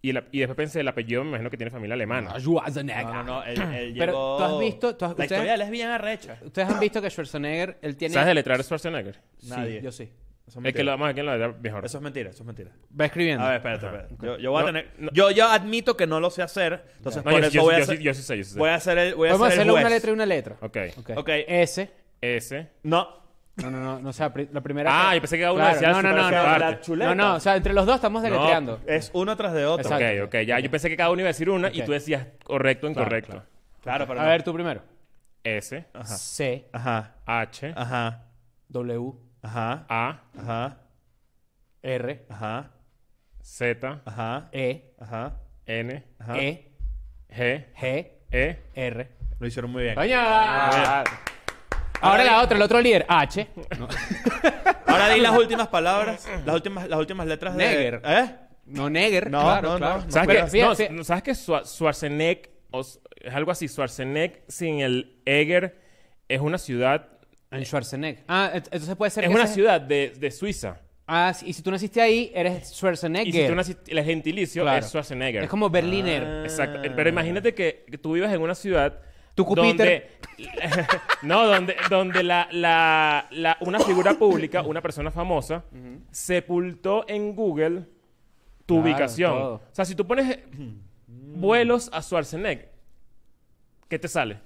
Speaker 1: y, la- y después pensé el apellido, me imagino que tiene familia alemana.
Speaker 3: Ah, Schwarzenegger.
Speaker 2: No, no, no. Él, él
Speaker 3: Ah. Pero,
Speaker 2: llegó...
Speaker 3: ¿tú has visto- tú has-
Speaker 2: La
Speaker 3: ustedes-
Speaker 2: historia de él es bien arrecha.
Speaker 3: Ustedes han visto que Schwarzenegger, él tiene...
Speaker 1: ¿Sabes deletrear Schwarzenegger?
Speaker 3: Sí,
Speaker 2: Nadie.
Speaker 3: yo sí.
Speaker 2: Eso es
Speaker 1: El que
Speaker 2: mentira.
Speaker 1: lo vamos a quien lo deletrea mejor.
Speaker 2: Eso es mentira, eso es mentira.
Speaker 3: Va escribiendo.
Speaker 2: A ver, espérate, espérate. Yo, yo voy
Speaker 1: No,
Speaker 2: a tener... Yo, yo admito que no lo sé hacer, entonces
Speaker 1: No, yo,
Speaker 2: por eso
Speaker 1: sí- yo sí-
Speaker 2: voy a
Speaker 1: yo
Speaker 2: hacer...
Speaker 1: sí- yo sí sé, yo sí sé.
Speaker 2: Voy a hacer el voy a
Speaker 3: Vamos a
Speaker 2: hacer el
Speaker 3: hacerle una
Speaker 2: juez.
Speaker 3: letra y una letra.
Speaker 1: Ok.
Speaker 2: Ok.
Speaker 3: S.
Speaker 1: S.
Speaker 2: No.
Speaker 3: No, no, no. No, o sea, pri- la primera...
Speaker 1: Ah,
Speaker 3: que-
Speaker 1: yo pensé que cada uno
Speaker 3: Claro,
Speaker 1: decía
Speaker 3: No,
Speaker 1: su
Speaker 3: no, no,
Speaker 1: parte.
Speaker 2: la-
Speaker 3: no.
Speaker 2: la chuleta.
Speaker 3: No, no. O sea, entre los dos estamos deletreando.
Speaker 2: Es uno tras de otro.
Speaker 3: Exacto.
Speaker 1: Ok, ok. Ya, yo pensé que cada uno iba a decir una y
Speaker 3: Ok.
Speaker 1: tú decías correcto o incorrecto.
Speaker 3: claro.
Speaker 2: Claro, Ah. pero
Speaker 3: A
Speaker 2: no.
Speaker 3: ver, tú primero.
Speaker 1: S.
Speaker 3: C.
Speaker 2: Ajá.
Speaker 1: H.
Speaker 2: Ajá.
Speaker 3: W.
Speaker 2: Ajá.
Speaker 1: A.
Speaker 2: Ajá.
Speaker 3: R.
Speaker 2: Ajá.
Speaker 1: Z.
Speaker 2: Ajá.
Speaker 3: E.
Speaker 2: Ajá.
Speaker 1: N.
Speaker 2: Ajá.
Speaker 3: E.
Speaker 1: G.
Speaker 3: G.
Speaker 1: E.
Speaker 3: R.
Speaker 2: Lo hicieron muy bien.
Speaker 3: ¡Coño! Ahora la otra, el otro líder. H.
Speaker 2: Ahora di las últimas palabras, las últimas, las últimas letras de.
Speaker 3: Neger.
Speaker 2: ¿Eh?
Speaker 3: No, Neger.
Speaker 2: No,
Speaker 3: claro,
Speaker 2: no,
Speaker 3: claro.
Speaker 2: no, no.
Speaker 1: ¿Sabes
Speaker 3: Pero
Speaker 1: qué?
Speaker 3: fíjate,
Speaker 1: No,
Speaker 3: fíjate.
Speaker 1: no, ¿Sabes que Schwar- Schwarzenegger, o s- es algo así, Schwarzenegger sin el Eger es una ciudad,
Speaker 3: En Schwarzenegger. Ah, ent- entonces puede ser
Speaker 1: es
Speaker 3: que
Speaker 1: una
Speaker 3: ese-
Speaker 1: ciudad de, de Suiza.
Speaker 3: Ah, sí, y si tú naciste ahí, eres
Speaker 1: Y
Speaker 3: Schwarzenegger.
Speaker 1: si tú naciste- el gentilicio
Speaker 3: Claro.
Speaker 1: es Schwarzenegger.
Speaker 3: Es como
Speaker 2: Ah.
Speaker 3: Berliner.
Speaker 1: Exacto. Pero imagínate que, que tú vivas en una ciudad
Speaker 3: Tu
Speaker 1: donde...
Speaker 3: Júpiter.
Speaker 1: no, donde, donde la, la- la- una figura pública, una persona famosa, sepultó en Google tu
Speaker 3: Claro,
Speaker 1: ubicación.
Speaker 3: todo.
Speaker 1: O sea, si tú pones vuelos a Schwarzenegger, ¿qué te sale?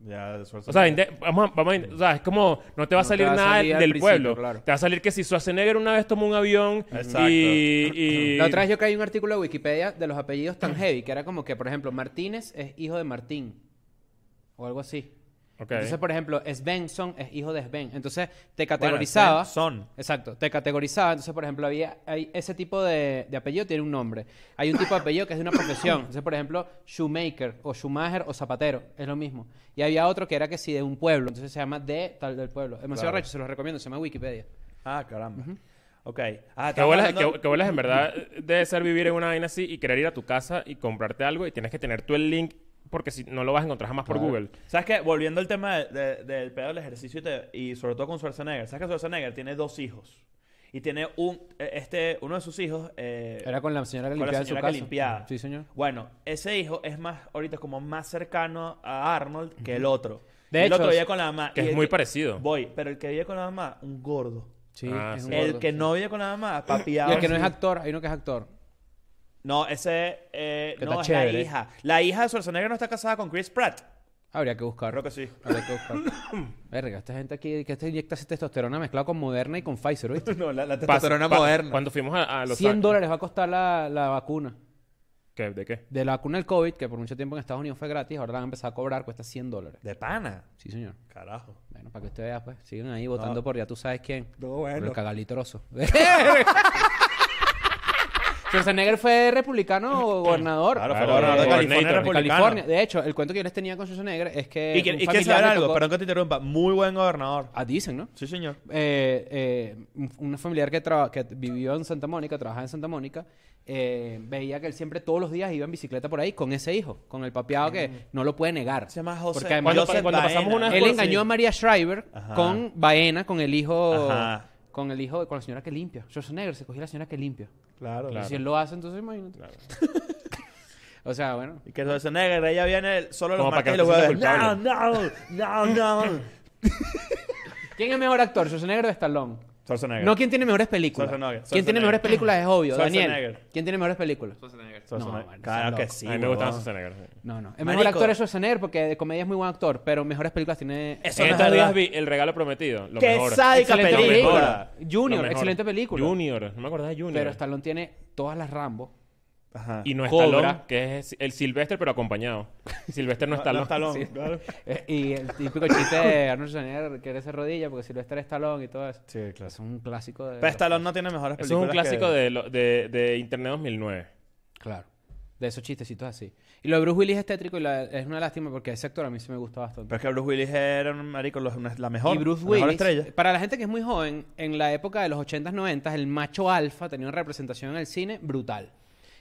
Speaker 2: Ya, de suerte.
Speaker 1: O sea, inte- vamos a- vamos a in- o sea, es como, no te va a
Speaker 3: No te
Speaker 1: salir
Speaker 3: va a
Speaker 1: nada
Speaker 3: salir al
Speaker 1: del
Speaker 3: principio,
Speaker 1: pueblo.
Speaker 3: claro.
Speaker 1: Te va a salir que si Schwarzenegger una vez tomó un avión
Speaker 2: Exacto.
Speaker 1: y... y-
Speaker 3: La otra vez yo caí en un artículo de Wikipedia de los apellidos tan heavy, que era como que, por ejemplo, Martínez es hijo de Martín. O algo así.
Speaker 1: Ok.
Speaker 3: Entonces, por ejemplo, Svensson es hijo de Sven. Entonces, te categorizaba.
Speaker 2: Svensson.
Speaker 3: Exacto, te categorizaba. Entonces, por ejemplo, había hay ese tipo de, de apellido tiene un nombre. Hay un tipo de apellido que es de una profesión. Entonces, por ejemplo, shoemaker o Schumacher o zapatero, es lo mismo. Y había otro que era que sí de un pueblo, entonces se llama de tal del pueblo. Demasiado
Speaker 2: Claro.
Speaker 3: recho, se los recomiendo, se llama Wikipedia.
Speaker 2: Ah, caramba. Ok. Ah,
Speaker 1: Que
Speaker 2: estamos
Speaker 1: vuelas,
Speaker 2: hablando-
Speaker 1: que- que vuelas en verdad debe ser vivir en una vaina así y querer ir a tu casa y comprarte algo y tienes que tener tú el link porque si no lo vas a encontrar jamás por Google.
Speaker 2: ¿Sabes qué? Volviendo al tema de- de- del pedo del ejercicio y, te- y sobre todo con Schwarzenegger. ¿Sabes que Schwarzenegger tiene dos hijos? Y tiene un... eh, Este, uno de sus hijos... eh,
Speaker 3: Era con la señora que
Speaker 2: con
Speaker 3: limpiaba
Speaker 2: la
Speaker 3: en su
Speaker 2: señora
Speaker 3: casa.
Speaker 2: que limpiaba.
Speaker 3: Sí, señor.
Speaker 2: Bueno, ese hijo es más, ahorita es como más cercano a Arnold que el otro.
Speaker 3: De
Speaker 2: Y el
Speaker 3: hecho,
Speaker 2: otro vive con la mamá.
Speaker 1: Que
Speaker 2: y
Speaker 1: es
Speaker 2: el
Speaker 1: muy parecido.
Speaker 2: Voy, pero el que vive con la mamá, un gordo.
Speaker 3: Sí,
Speaker 1: Ah,
Speaker 3: es un
Speaker 1: sí.
Speaker 3: gordo,
Speaker 2: el que
Speaker 3: sí.
Speaker 2: no vive con la mamá,
Speaker 3: Y
Speaker 2: papiado.
Speaker 3: el que no es actor, hay uno que es actor.
Speaker 2: No, ese, eh,
Speaker 3: Que
Speaker 2: no,
Speaker 3: está
Speaker 2: es la
Speaker 3: chévere.
Speaker 2: hija. La hija de Schwarzenegger no está casada con Chris Pratt.
Speaker 3: Habría que buscar.
Speaker 2: Creo que sí.
Speaker 3: Habría que buscar. Verga, esta gente aquí que te inyecta testosterona mezclado con Moderna y con Pfizer, ¿oíste?
Speaker 2: No, la, la
Speaker 1: Pas- pa- Cuando fuimos
Speaker 2: Ah,
Speaker 1: a, a Los
Speaker 3: 100
Speaker 1: Ángeles-
Speaker 3: dólares va a costar la, la vacuna.
Speaker 1: ¿Qué? ¿De qué?
Speaker 3: De la vacuna del COVID, que por mucho tiempo en Estados Unidos fue gratis, ahora la han empezado a cobrar, cuesta 100 dólares.
Speaker 2: De pana.
Speaker 3: Sí, señor.
Speaker 2: Carajo.
Speaker 3: Bueno, para que usted vea, pues, siguen ahí votando por ya tú sabes quién.
Speaker 2: No,
Speaker 3: Por
Speaker 2: bueno.
Speaker 3: el cagalitroso. Schwarzenegger fue republicano o gobernador.
Speaker 2: Claro,
Speaker 1: Claro,
Speaker 2: fue gobernador de
Speaker 1: el
Speaker 2: California,
Speaker 1: gobernador
Speaker 3: De
Speaker 2: republicano.
Speaker 3: California. De hecho, el cuento que yo les tenía con Schwarzenegger es que.
Speaker 2: Y, que,
Speaker 3: Eh,
Speaker 2: y
Speaker 3: un
Speaker 2: que
Speaker 3: familiar
Speaker 2: saber
Speaker 3: le
Speaker 2: algo,
Speaker 3: tocó-
Speaker 2: perdón que te interrumpa. Muy buen gobernador.
Speaker 3: Ah, dicen, ¿no?
Speaker 2: Sí, señor.
Speaker 3: eh, eh, un- un familiar que, traba- que vivió en Santa Mónica, trabajaba en Santa Mónica, eh, veía que él siempre todos los días iba en bicicleta por ahí con ese hijo, con el papiado que no lo puede negar.
Speaker 2: Mm. Se llama José.
Speaker 3: Porque además-
Speaker 1: Cuando- cuando pasamos una-
Speaker 3: él engañó a María Shriver
Speaker 2: Ajá.
Speaker 3: con Baena, con el hijo,
Speaker 2: Ajá.
Speaker 3: con el hijo, con la señora que limpia. Schwarzenegger se cogió la señora que limpia.
Speaker 2: Claro.
Speaker 1: Claro.
Speaker 3: Si él lo hace, entonces imagínate.
Speaker 1: Claro.
Speaker 3: O sea, bueno.
Speaker 2: Y que Schwarzenegger, ella viene el- solo los
Speaker 1: Como para
Speaker 2: martes
Speaker 1: que
Speaker 2: y los
Speaker 1: no te
Speaker 2: jueves. No,
Speaker 1: sientas
Speaker 2: no, no, no.
Speaker 3: ¿Quién es mejor actor, Schwarzenegger o Stallone?
Speaker 2: Schwarzenegger.
Speaker 3: No, ¿quién tiene mejores películas?
Speaker 2: Schwarzenegger,
Speaker 3: ¿Quién tiene
Speaker 2: Schwarzenegger.
Speaker 3: mejores películas? Es obvio, Daniel.
Speaker 2: Schwarzenegger.
Speaker 3: ¿Quién tiene mejores películas?
Speaker 4: Schwarzenegger.
Speaker 2: Schwarzenegger.
Speaker 3: No, bueno,
Speaker 2: claro
Speaker 3: está
Speaker 2: que
Speaker 3: loco.
Speaker 2: sí.
Speaker 1: a mí me
Speaker 2: weón.
Speaker 1: gustaba Schwarzenegger. sí.
Speaker 3: No, no.
Speaker 2: Marico.
Speaker 3: El mejor actor es Schwarzenegger porque de comedia es muy buen actor, pero mejores películas tiene...
Speaker 2: Eso
Speaker 1: En
Speaker 2: no es
Speaker 1: estos días
Speaker 2: verdad.
Speaker 1: vi El Regalo Prometido. Lo
Speaker 2: ¡Qué
Speaker 1: mejor.
Speaker 2: sádica
Speaker 3: Excelente
Speaker 1: Lo
Speaker 2: película!
Speaker 1: mejor.
Speaker 3: Junior,
Speaker 1: Lo mejor.
Speaker 3: excelente película.
Speaker 1: Junior, no me acordaba de Junior.
Speaker 3: Pero Stallone tiene todas las Rambo.
Speaker 2: Ajá.
Speaker 1: Y no es
Speaker 3: Cobra.
Speaker 1: Stallone, que es el Silvestre, pero acompañado. Silvestre no es Stallone.
Speaker 2: talón. claro.
Speaker 3: Eh, y el típico chiste de Arnold Schwarzenegger que ser rodilla porque si lo está Stallone y todo eso.
Speaker 2: Sí, claro.
Speaker 3: Es un clásico de...
Speaker 2: Pero Stallone no tiene mejores
Speaker 1: Eso es
Speaker 2: películas.
Speaker 1: un clásico
Speaker 2: que-
Speaker 1: de, lo- de, de Internet 2009.
Speaker 3: Claro. De esos chistecitos así. Y lo de Bruce Willis es tétrico y la- es una lástima porque ese actor a mí sí me gusta bastante.
Speaker 2: Pero es que Bruce Willis era un marico, los- una- la mejor.
Speaker 3: y Bruce
Speaker 2: la mejor
Speaker 3: Willis, eh,
Speaker 2: estrella.
Speaker 3: para la gente que es muy joven, en la época de los 80s, 90s, el macho alfa tenía una representación en el cine brutal.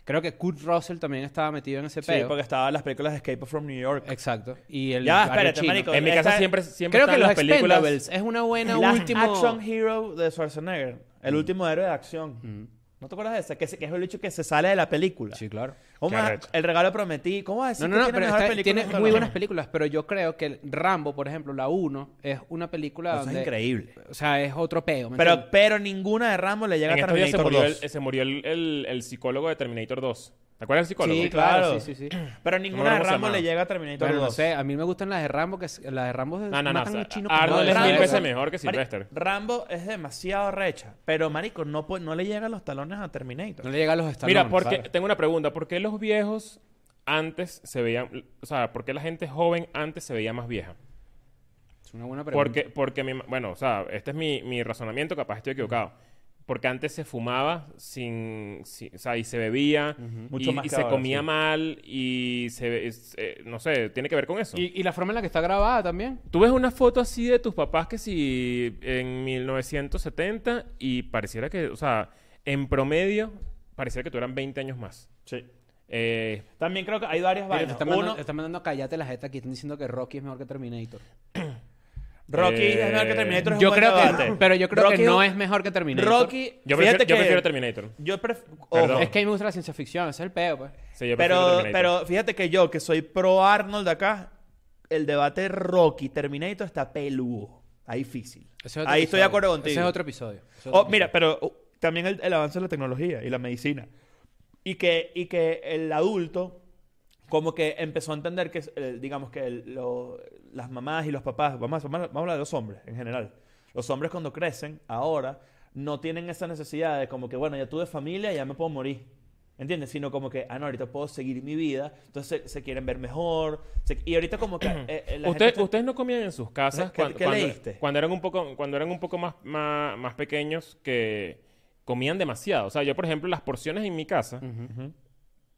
Speaker 3: Creo que Kurt Russell también estaba metido en ese
Speaker 2: Sí,
Speaker 3: peo.
Speaker 2: porque estaba en las películas de Escape from New York.
Speaker 3: Exacto. Y el
Speaker 2: Ya,
Speaker 3: barrio
Speaker 2: espérate,
Speaker 3: chino.
Speaker 2: marico.
Speaker 1: En mi
Speaker 2: Esta-
Speaker 1: casa siempre, siempre
Speaker 3: Creo
Speaker 1: están
Speaker 3: que los
Speaker 1: las películas...
Speaker 3: Expendables es una buena
Speaker 2: Last
Speaker 3: última...
Speaker 2: Action Hero de Schwarzenegger. El
Speaker 3: Mm.
Speaker 2: último héroe de acción. ¿No te acuerdas de esa? Que, se- que es el bicho que se sale de la película.
Speaker 3: Sí, claro.
Speaker 2: ¿Cómo
Speaker 1: Qué
Speaker 2: vas a-
Speaker 1: arrecho.
Speaker 2: el regalo prometí. ¿Cómo vas a decir
Speaker 3: No, no,
Speaker 2: que
Speaker 3: no, pero
Speaker 2: tiene
Speaker 3: está-
Speaker 2: mejor
Speaker 3: tiene
Speaker 2: película
Speaker 3: muy buenas películas, pero yo creo que Rambo, por ejemplo, la 1, es una película
Speaker 2: Eso
Speaker 3: donde...
Speaker 2: es increíble.
Speaker 3: O sea, es otro peo. ¿me
Speaker 2: Pero,
Speaker 3: entiendes?
Speaker 2: pero ninguna de Rambo le llega
Speaker 1: En
Speaker 2: a
Speaker 3: este
Speaker 1: estos días se
Speaker 2: Terminator
Speaker 1: murió, el,
Speaker 2: 2.
Speaker 1: se murió el, el- el psicólogo de Terminator 2. ¿Te acuerdas del psicólogo?
Speaker 3: Sí,
Speaker 2: Sí,
Speaker 3: claro,
Speaker 2: claro.
Speaker 3: sí, sí, sí.
Speaker 2: Pero ninguna de
Speaker 1: cómo se
Speaker 2: Rambo
Speaker 1: llama.
Speaker 2: le llega a Terminator
Speaker 3: Bueno,
Speaker 2: 2.
Speaker 3: no sé, a mí me gustan las de Rambo, que es- las de Rambo
Speaker 1: No,
Speaker 3: es
Speaker 1: no, no.
Speaker 3: matan
Speaker 1: o
Speaker 3: a
Speaker 1: sea,
Speaker 3: un chino con
Speaker 1: Arnold
Speaker 3: madre.
Speaker 1: es mil
Speaker 2: Rambo.
Speaker 1: veces mejor que
Speaker 2: Mari-
Speaker 1: Sylvester.
Speaker 2: Rambo es demasiado recha. Pero, marico, no, pu- no le llega los talones a Terminator.
Speaker 3: No le llega a los Stallone.
Speaker 1: Mira, porque
Speaker 3: ¿sabes?
Speaker 1: tengo una pregunta. ¿Por qué los viejos antes se veían... O sea, ¿por qué la gente joven antes se veía más vieja?
Speaker 3: Es una buena pregunta.
Speaker 1: Porque, porque mi ma- bueno, o sea, este es mi, mi razonamiento, capaz estoy equivocado. Porque antes se fumaba sin, sin- o sea, y se bebía,
Speaker 2: Mucho
Speaker 1: y,
Speaker 2: más
Speaker 1: y
Speaker 2: que
Speaker 1: se
Speaker 2: ahora,
Speaker 1: comía
Speaker 2: sí.
Speaker 1: mal, y se, ve- es- eh, no sé, tiene que ver con eso.
Speaker 3: Y, y la forma en la que está grabada también.
Speaker 1: Tú ves una foto así de tus papás que si en 1970 y pareciera que, o sea, en promedio, pareciera que tú eran 20 años más.
Speaker 2: Sí.
Speaker 1: Eh,
Speaker 2: También creo que hay varias
Speaker 3: Mira, te
Speaker 2: vainas.
Speaker 3: están,
Speaker 2: Uno,
Speaker 3: mandando, te están mandando a callate la jeta aquí. Están diciendo que Rocky es mejor que Terminator.
Speaker 2: Rocky
Speaker 1: Eh,
Speaker 2: es mejor que Terminator. Es
Speaker 3: Yo
Speaker 2: un buen
Speaker 3: creo que,
Speaker 2: debate.
Speaker 3: pero yo creo
Speaker 2: Rocky
Speaker 3: que no
Speaker 2: un-
Speaker 3: es mejor que Terminator.
Speaker 2: Rocky.
Speaker 1: yo, prefiero,
Speaker 2: fíjate
Speaker 1: yo
Speaker 2: que-
Speaker 1: prefiero Terminator.
Speaker 2: Yo prefiero.
Speaker 1: Perdón.
Speaker 3: Es que a mí me gusta la ciencia ficción, ese es el peo, pues.
Speaker 1: Sí, yo prefiero
Speaker 2: Pero,
Speaker 1: Terminator.
Speaker 2: pero fíjate que yo, que soy pro Arnold de acá, el debate Rocky Terminator está peludo. Ahí difícil.
Speaker 3: Ese es otro
Speaker 2: Ahí estoy de
Speaker 3: episodio.
Speaker 2: acuerdo contigo.
Speaker 3: Ese es otro episodio. Ese es
Speaker 2: Oh,
Speaker 3: otro
Speaker 2: mira,
Speaker 3: episodio.
Speaker 2: pero oh, también el, el avance de la tecnología y la medicina. Y que, y que el adulto como que empezó a entender que, eh, digamos, que el- lo- las mamás y los papás, vamos, a- vamos a hablar de los hombres en general. Los hombres cuando crecen, ahora, no tienen esa necesidad de como que, bueno, ya tuve familia, ya me puedo morir. ¿Entiendes? Sino como que, ah, no, ahorita puedo seguir mi vida. Entonces se, se quieren ver mejor. se- y ahorita como que... eh, eh, la gente
Speaker 1: Usted-
Speaker 2: está-
Speaker 1: ¿Ustedes no comían en sus casas
Speaker 2: ¿Qué-
Speaker 1: cuando,
Speaker 2: qué
Speaker 1: cuando-
Speaker 2: leíste?
Speaker 1: cuando eran un poco, cuando eran un poco más, más, más pequeños que comían demasiado? O sea, yo, por ejemplo, las porciones en mi casa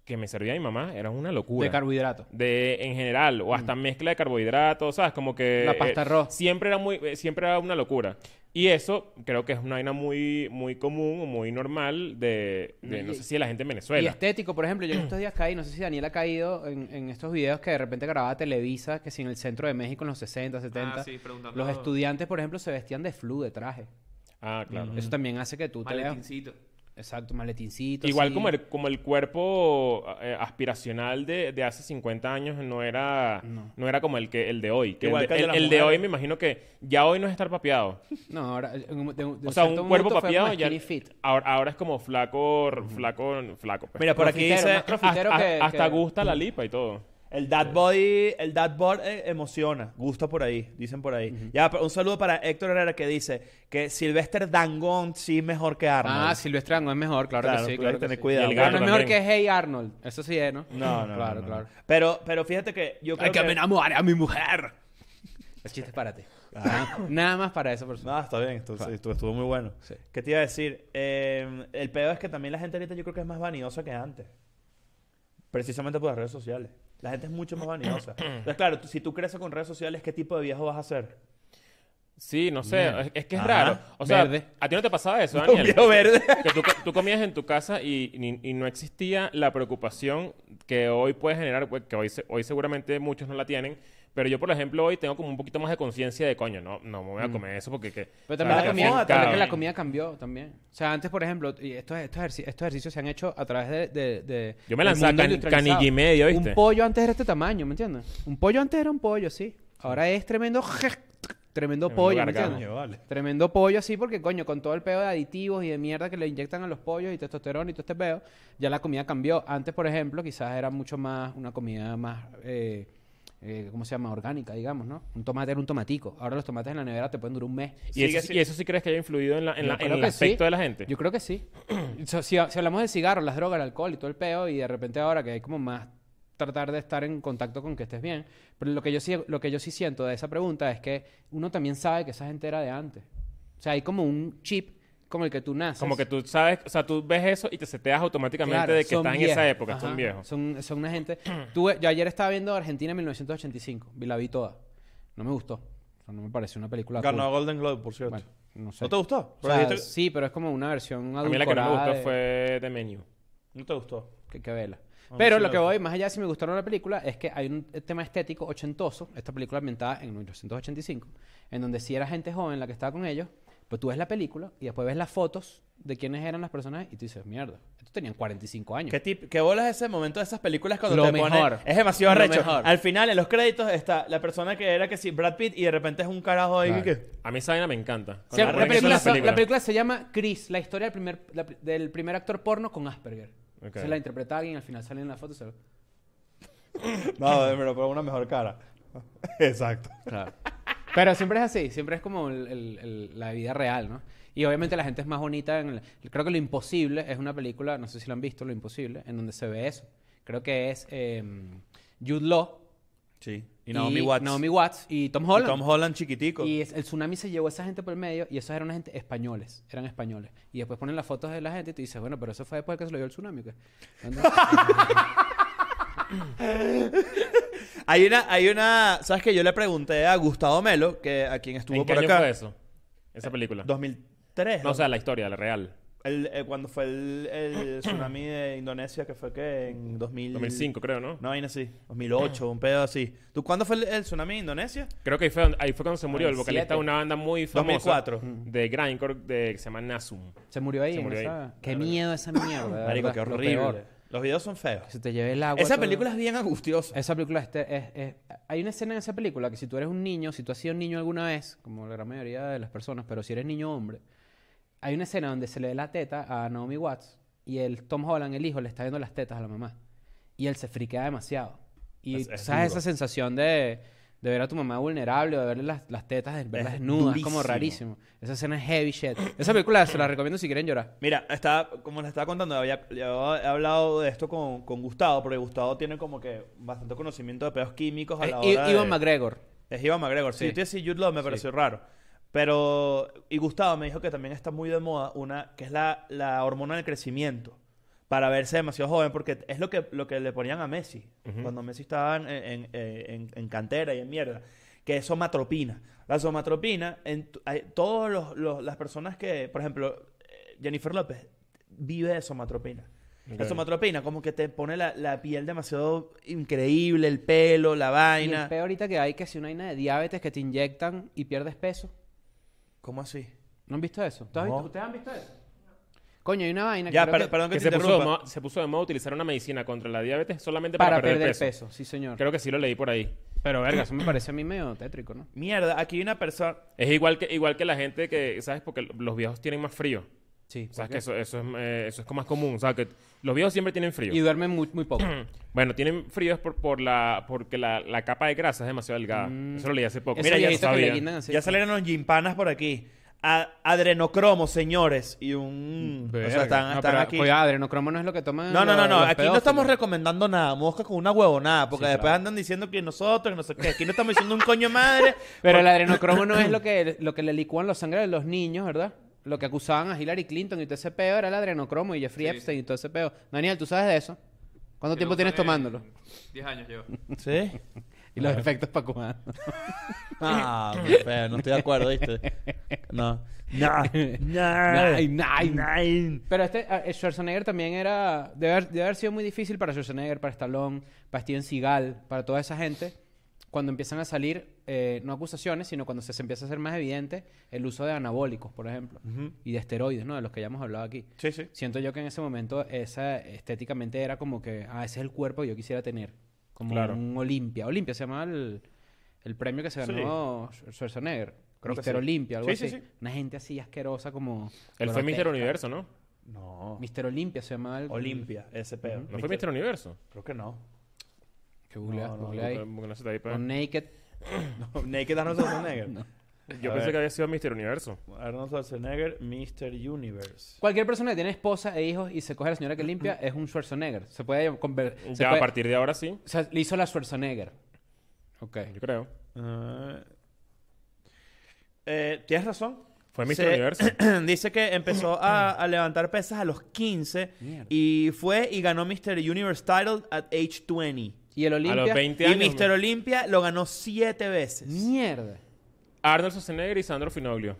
Speaker 1: que me servía mi mamá eran una locura.
Speaker 3: De carbohidrato.
Speaker 1: De- en general, o hasta mezcla de carbohidratos, ¿sabes? Como que...
Speaker 3: Mm.
Speaker 1: eh,
Speaker 3: La pasta arroz.
Speaker 1: Siempre era, muy, eh, siempre era una locura. Y eso creo que es una vaina muy, muy común o muy normal de, de, no sé si de la gente en
Speaker 3: Y este
Speaker 1: Venezuela.
Speaker 3: estético, por ejemplo, yo en estos días caí, no sé si Daniel ha caído en, en estos videos que de repente grababa Televisa, que si en el centro de México en los 60, 70,
Speaker 4: Ah, sí, preguntando.
Speaker 3: los estudiantes, por ejemplo, se vestían de flu, de traje.
Speaker 1: Ah, claro.
Speaker 3: Eso también hace que tú te veas-
Speaker 4: Maletincito.
Speaker 3: Exacto, maletincito.
Speaker 1: Igual
Speaker 3: así.
Speaker 1: como el, como el cuerpo eh, aspiracional de, de hace 50 años no era, no. era como el que el de hoy. Que
Speaker 2: Igual
Speaker 1: el
Speaker 2: que
Speaker 1: de,
Speaker 2: el de
Speaker 1: el-
Speaker 2: las
Speaker 1: el de hoy
Speaker 2: mujeres.
Speaker 1: me imagino que ya hoy no es estar papeado.
Speaker 3: No, ahora... en un- de un- de
Speaker 1: o sea,
Speaker 3: cierto
Speaker 1: un cuerpo
Speaker 3: punto fue como
Speaker 1: papeado ya...
Speaker 3: skinny fit.
Speaker 1: Ahora, ahora es como flaco, flaco, flaco. pues.
Speaker 2: Mira, por aquí
Speaker 3: Crofitero,
Speaker 2: dice...
Speaker 3: más crofitero
Speaker 1: Hasta-
Speaker 3: que-
Speaker 1: hasta
Speaker 3: que-
Speaker 1: gusta la lipa y todo.
Speaker 2: El dad body, el dad bod eh, emociona, gusta por ahí, dicen por ahí. Ya, pero un saludo para Héctor Herrera que dice que Sylvester Dangond sí es mejor que Arnold.
Speaker 3: Ah, Silvestre Dangond es mejor, claro,
Speaker 2: Claro,
Speaker 3: que sí.
Speaker 2: hay
Speaker 3: Claro
Speaker 2: que
Speaker 3: que
Speaker 2: tener
Speaker 3: sí.
Speaker 2: cuidado.
Speaker 1: Y el
Speaker 3: Pero
Speaker 1: gato
Speaker 3: no es mejor que
Speaker 1: también.
Speaker 3: Hey Arnold. Eso sí es, ¿no?
Speaker 2: No, no, no,
Speaker 3: Claro,
Speaker 2: no, no.
Speaker 3: claro.
Speaker 2: Pero, pero fíjate que yo creo que...
Speaker 3: enamore a mi mujer. El chiste es para ti. Nada, nada más para esa persona.
Speaker 2: No, Ah, está bien, esto-
Speaker 3: Claro.
Speaker 2: esto estuvo muy bueno.
Speaker 3: Sí.
Speaker 2: ¿Qué te iba a decir? Eh, el peor es que también la gente ahorita yo creo que es más vanidosa que antes. Precisamente por las redes sociales. La gente es mucho más vanidosa. Entonces, claro, tú- si tú creces con redes sociales, ¿qué tipo de viejo vas a ser?
Speaker 1: Sí, no sé, es, es que es
Speaker 2: Ajá.
Speaker 1: raro. O sea,
Speaker 3: Verde.
Speaker 1: ¿a ti no te pasaba eso, Daniel?
Speaker 2: viejo verde.
Speaker 1: Que tú, co- tú comías en tu casa y, ni- y no existía la preocupación que hoy puede generar, pues, que hoy, se- hoy seguramente muchos no la tienen. Pero yo, por ejemplo, hoy tengo como un poquito más de conciencia de coño, no, no me voy a comer eso porque que.
Speaker 3: Mm. Pero también
Speaker 2: Claro,
Speaker 3: la comida,
Speaker 2: moda
Speaker 3: también
Speaker 2: también.
Speaker 3: que la comida cambió también. O sea, antes, por ejemplo, y estos, estos, ejerci- estos ejercicios se han hecho a través de... de- de-
Speaker 1: Yo me
Speaker 3: del
Speaker 1: lanzaba
Speaker 3: mundo
Speaker 1: cani-
Speaker 3: industrializado.
Speaker 1: canilla y media, ¿viste?
Speaker 3: Un pollo antes era este tamaño, ¿me entiendes? Un pollo antes era un pollo, sí. Ahora es tremendo... Tremendo
Speaker 1: Tremendo
Speaker 3: pollo, ¿me
Speaker 1: gargano.
Speaker 3: entiendes? Tremendo pollo así porque, coño, con todo el pedo de aditivos y de mierda que le inyectan a los pollos y testosterona y todo este pedo, ya la comida cambió. Antes, por ejemplo, quizás era mucho más una comida más, eh, eh, ¿cómo se llama? Orgánica, digamos, ¿no? Un tomate era un tomatico. Ahora los tomates en la nevera te pueden durar un mes.
Speaker 1: Y,
Speaker 2: Sigue
Speaker 1: eso, sí-
Speaker 2: así.
Speaker 1: y eso sí crees que haya influido en, la- en
Speaker 3: Yo
Speaker 1: la- en
Speaker 3: creo
Speaker 1: el
Speaker 3: que sí.
Speaker 1: aspecto de la gente.
Speaker 3: Yo creo que sí. So- si, si hablamos de cigarros, las drogas, el alcohol y todo el peo, y de repente ahora que hay como más tratar de estar en contacto con que estés bien. Pero lo que yo sí, lo que yo sí siento de esa pregunta es que uno también sabe que esa gente era de antes. O sea, hay como un chip como el que tú naces.
Speaker 1: Como que tú sabes, o sea, tú ves eso y te seteas automáticamente
Speaker 3: Claro,
Speaker 1: de que
Speaker 3: son
Speaker 1: estás en
Speaker 3: viejos.
Speaker 1: esa época,
Speaker 3: Ajá,
Speaker 1: son viejos.
Speaker 3: Son, son una gente... Tuve- yo ayer estaba viendo Argentina en 1985, y la vi toda. No me gustó. O sea, no me pareció una película cool.
Speaker 2: Ganó Golden Globe, por cierto.
Speaker 3: Bueno, no sé.
Speaker 2: ¿No te gustó?
Speaker 3: O sea,
Speaker 2: Pero dijiste-
Speaker 3: sí, pero es como una versión
Speaker 1: A mí la que no me
Speaker 3: adulcorada
Speaker 1: gustó
Speaker 3: de-
Speaker 1: fue Ah, de menú.
Speaker 2: ¿No te gustó?
Speaker 3: Que, que vela.
Speaker 2: mí
Speaker 3: Pero
Speaker 2: sí
Speaker 3: lo
Speaker 2: me
Speaker 3: que
Speaker 2: gustó.
Speaker 3: voy, más allá de si me gustó o no la película, es que hay un tema estético ochentoso, esta película ambientada en 1885, en donde si era gente joven la que estaba con ellos, pues tú ves la película y después ves las fotos de quiénes eran las personas y tú dices, mierda, estos tenían 45 años.
Speaker 2: ¿Qué, tip- qué bolas ese momento de esas películas cuando
Speaker 3: Lo
Speaker 2: te
Speaker 3: mejor.
Speaker 2: ponen? Es demasiado
Speaker 3: Lo
Speaker 2: arrecho.
Speaker 3: mejor.
Speaker 2: Al final, en los créditos, está la persona que era que sí, Brad Pitt, y de repente es un carajo ahí
Speaker 3: Claro.
Speaker 2: que...
Speaker 1: A mí esa vaina me encanta.
Speaker 3: O sea,
Speaker 1: Cuando ponen eso
Speaker 3: la,
Speaker 1: en
Speaker 3: película,
Speaker 1: las
Speaker 3: se- la
Speaker 1: películas.
Speaker 3: película se llama Chris, la historia del primer, la pri- del primer actor porno con Asperger.
Speaker 1: Ok.
Speaker 3: Se la interpreta alguien, al final salen en la foto. y se-
Speaker 2: No, me lo pongo una mejor cara. Exacto.
Speaker 3: Pero siempre es así, siempre es como el- el- el- la vida real, ¿no? Y obviamente la gente es más bonita. En el- creo que Lo Imposible es una película, no sé si lo han visto, Lo Imposible, en donde se ve eso. Creo que es eh, Jude Law
Speaker 2: Sí. Y Naomi Watts.
Speaker 3: Naomi Watts y Tom
Speaker 2: Y
Speaker 3: Holland.
Speaker 2: Tom Holland chiquitico.
Speaker 3: Y es- el tsunami se llevó a esa gente por el medio y esos eran una gente españoles, eran españoles. Y después ponen las fotos de la gente y tú dices, bueno, pero eso fue después que se lo dio el tsunami. ¿o qué? ¿Dónde?
Speaker 2: Hay una, hay una, ¿sabes qué? Yo le pregunté a Gustavo Melo, que a quien estuvo
Speaker 1: ¿En qué
Speaker 2: por
Speaker 1: año
Speaker 2: acá. Eh,
Speaker 1: fue eso? Esa película.
Speaker 2: 2003.
Speaker 1: No, o sea, la historia, la real.
Speaker 2: el- eh, cuando fue el, el tsunami de Indonesia, que fue que en 2000,
Speaker 1: 2005, creo, ¿no?
Speaker 2: No, vaina así. 2008, un pedo así. ¿Tú cuándo fue el, el tsunami de Indonesia?
Speaker 1: Creo que ahí fue, donde- ahí fue cuando se murió el vocalista de
Speaker 3: 2007.
Speaker 1: una banda muy famosa.
Speaker 2: 2004.
Speaker 1: De grindcore de, que se llama Nasum.
Speaker 3: Se murió ahí.
Speaker 1: Se
Speaker 3: en
Speaker 1: murió ahí.
Speaker 3: esa- Qué miedo esa mierda. de
Speaker 2: Marico,
Speaker 3: verdad,
Speaker 2: qué
Speaker 3: lo
Speaker 2: horrible.
Speaker 3: peor.
Speaker 2: Los videos son feos.
Speaker 3: Que se te lleve el agua.
Speaker 2: Esa
Speaker 3: todo.
Speaker 2: película es bien angustiosa.
Speaker 3: Esa película este, es te- es- es- Hay una escena en esa película que si tú eres un niño, si tú has sido un niño alguna vez, como la gran mayoría de las personas, pero si eres niño hombre, hay una escena donde se le ve la teta a Naomi Watts y el Tom Holland, el hijo, le está viendo las tetas a la mamá. Y él se friquea demasiado. Y
Speaker 2: Es- es
Speaker 3: sabes
Speaker 2: duro.
Speaker 3: esa sensación de, de ver a tu mamá vulnerable o de verle las, las tetas, de verlas desnudas, es como
Speaker 2: durísimo.
Speaker 3: rarísimo. Esa escena es heavy shit. Esa película se la recomiendo si quieren llorar.
Speaker 2: Mira, estaba, como les estaba contando, había, yo he hablado de esto con, con Gustavo, porque Gustavo tiene como que bastante conocimiento de pedos químicos a
Speaker 3: Es
Speaker 2: la
Speaker 3: Eh, I-
Speaker 2: hora de...
Speaker 3: Ivan McGregor.
Speaker 2: Es Iván McGregor.
Speaker 3: Sí.
Speaker 2: Sí, yo sí, Jude Law me pareció raro. Pero, y Gustavo me dijo que también está muy de moda una que es la, la hormona del crecimiento para verse demasiado joven, porque es lo que, lo que le ponían a Messi cuando Messi estaba en, en- en- en cantera y en mierda, que es somatropina. La somatropina, en t- hay- todos los, los- las personas que, por ejemplo, eh, Jennifer López vive de somatropina. La
Speaker 1: Ok.
Speaker 2: somatropina como que te pone la, la piel demasiado increíble, el pelo, la vaina.
Speaker 3: Y el peor ahorita que hay que si una vaina de diabetes que te inyectan y pierdes peso.
Speaker 2: ¿Cómo así?
Speaker 3: ¿No han visto eso? ¿Tú has
Speaker 2: No.
Speaker 3: visto- ¿Ustedes han visto eso? Coño, hay una vaina
Speaker 2: Ya,
Speaker 3: creo
Speaker 2: per- perdón que,
Speaker 1: Que
Speaker 2: te
Speaker 1: se puso, de
Speaker 2: interrumpa.
Speaker 1: moda, se puso de moda utilizar una medicina contra la diabetes solamente
Speaker 3: para,
Speaker 1: para, perder, peso.
Speaker 3: peso. Sí, señor.
Speaker 1: Creo que sí lo leí por ahí.
Speaker 3: Pero verga, eso me parece a mí medio tétrico, ¿no?
Speaker 2: Mierda, aquí hay una persona.
Speaker 1: Es igual que, igual que la gente que, ¿sabes? Porque los viejos tienen más frío.
Speaker 3: Sí. ¿por
Speaker 1: ¿Sabes?
Speaker 3: qué?
Speaker 1: Que eso, eso es, eh, eso es como más común. O sea, que los viejos siempre tienen frío.
Speaker 3: Y duermen muy, muy poco.
Speaker 1: Bueno, tienen frío es por, por la, porque la, la capa de grasa es demasiado delgada. Eso lo leí hace poco.
Speaker 3: Ese
Speaker 1: Mira, ya
Speaker 3: viejito que le
Speaker 1: sabía.
Speaker 3: guindan así.
Speaker 2: ya salieron los gimpanas por aquí. a- adrenocromo, señores. Y un. O sea, están,
Speaker 3: No,
Speaker 2: están
Speaker 3: pero,
Speaker 2: aquí.
Speaker 3: Cuidado, adrenocromo no es lo que toman.
Speaker 2: No, no, no,
Speaker 3: los-
Speaker 2: no.
Speaker 3: los
Speaker 2: Aquí no estamos
Speaker 3: pedófilos.
Speaker 2: recomendando nada. Mosca con una huevonada. Porque
Speaker 3: Sí,
Speaker 2: después
Speaker 3: claro.
Speaker 2: andan diciendo que nosotros, que no sé qué. Aquí no estamos diciendo un coño madre.
Speaker 3: Pero el adrenocromo no es lo que, lo que le licúan la sangre de los niños, ¿verdad? Lo que acusaban a Hillary Clinton y todo ese peo era el adrenocromo y Jeffrey
Speaker 4: Sí.
Speaker 3: Epstein y todo ese peo. Daniel, ¿tú sabes de eso? ¿Cuánto
Speaker 4: Que
Speaker 3: tiempo
Speaker 4: lo
Speaker 3: tienes
Speaker 4: usan en
Speaker 3: tomándolo?
Speaker 4: 10 años llevo.
Speaker 2: Sí.
Speaker 3: Y los efectos para cuando.
Speaker 2: No, qué Ah, feo, no estoy de acuerdo, ¿viste? No. No. No.
Speaker 3: Nein, nein.
Speaker 2: Nein.
Speaker 3: Pero este ah, eh, Schwarzenegger también era debe haber, debe haber sido muy difícil para Schwarzenegger, para Stallone, para Steven Seagal, para toda esa gente cuando empiezan a salir eh, no acusaciones, sino cuando se, se empieza a hacer más evidente el uso de anabólicos, por ejemplo, y de esteroides, ¿no? De los que ya hemos hablado aquí.
Speaker 2: Sí, sí.
Speaker 3: Siento yo que en ese momento esa estéticamente era como que, ah, ese es el cuerpo que yo quisiera tener, como
Speaker 1: Claro.
Speaker 3: un Olimpia. Olimpia se llama el, el premio que se
Speaker 2: Sí.
Speaker 3: ganó Schwarzenegger.
Speaker 2: Creo que
Speaker 3: Mister
Speaker 2: sí.
Speaker 3: Olimpia, algo
Speaker 2: Sí, sí,
Speaker 3: así.
Speaker 2: sí.
Speaker 3: Una gente así asquerosa como...
Speaker 1: Él fue Mister
Speaker 3: grotesca.
Speaker 1: Universo, ¿no?
Speaker 2: No.
Speaker 3: Mister Olimpia se llama el...
Speaker 2: Oh. Olimpia, ese peo.
Speaker 1: ¿No fue Mister Universo?
Speaker 2: Creo que no.
Speaker 3: Que googlea,
Speaker 2: No, no,
Speaker 3: googlea
Speaker 1: Porque-
Speaker 3: ahí.
Speaker 1: porque no se está ahí, pero-
Speaker 3: O Naked.
Speaker 2: Naked Arnold Schwarzenegger.
Speaker 1: Yo
Speaker 2: A
Speaker 1: pensé
Speaker 2: ver.
Speaker 1: que había sido Mister Universo.
Speaker 2: Arnold Schwarzenegger, Mr. Universe.
Speaker 3: Cualquier persona que tiene esposa e hijos y se coge a la señora que limpia es un Schwarzenegger. Se puede convertir...
Speaker 1: Ya a partir de ahora sí,
Speaker 3: O sea, le hizo la Schwarzenegger. Ok.
Speaker 1: yo creo.
Speaker 2: Ah. Eh, Tienes razón.
Speaker 1: Fue Mr.
Speaker 2: Se-
Speaker 1: Universo.
Speaker 2: Dice que empezó a, a levantar pesas a los 15
Speaker 3: Mierda.
Speaker 2: y fue y ganó Mr. Universe title at age 20.
Speaker 3: Y el Olimpia...
Speaker 1: A los 20
Speaker 2: Y
Speaker 1: años.
Speaker 2: Mr. Olympia lo ganó 7 veces.
Speaker 3: Mierda.
Speaker 1: Arnold Schwarzenegger y Sandro Finoglio.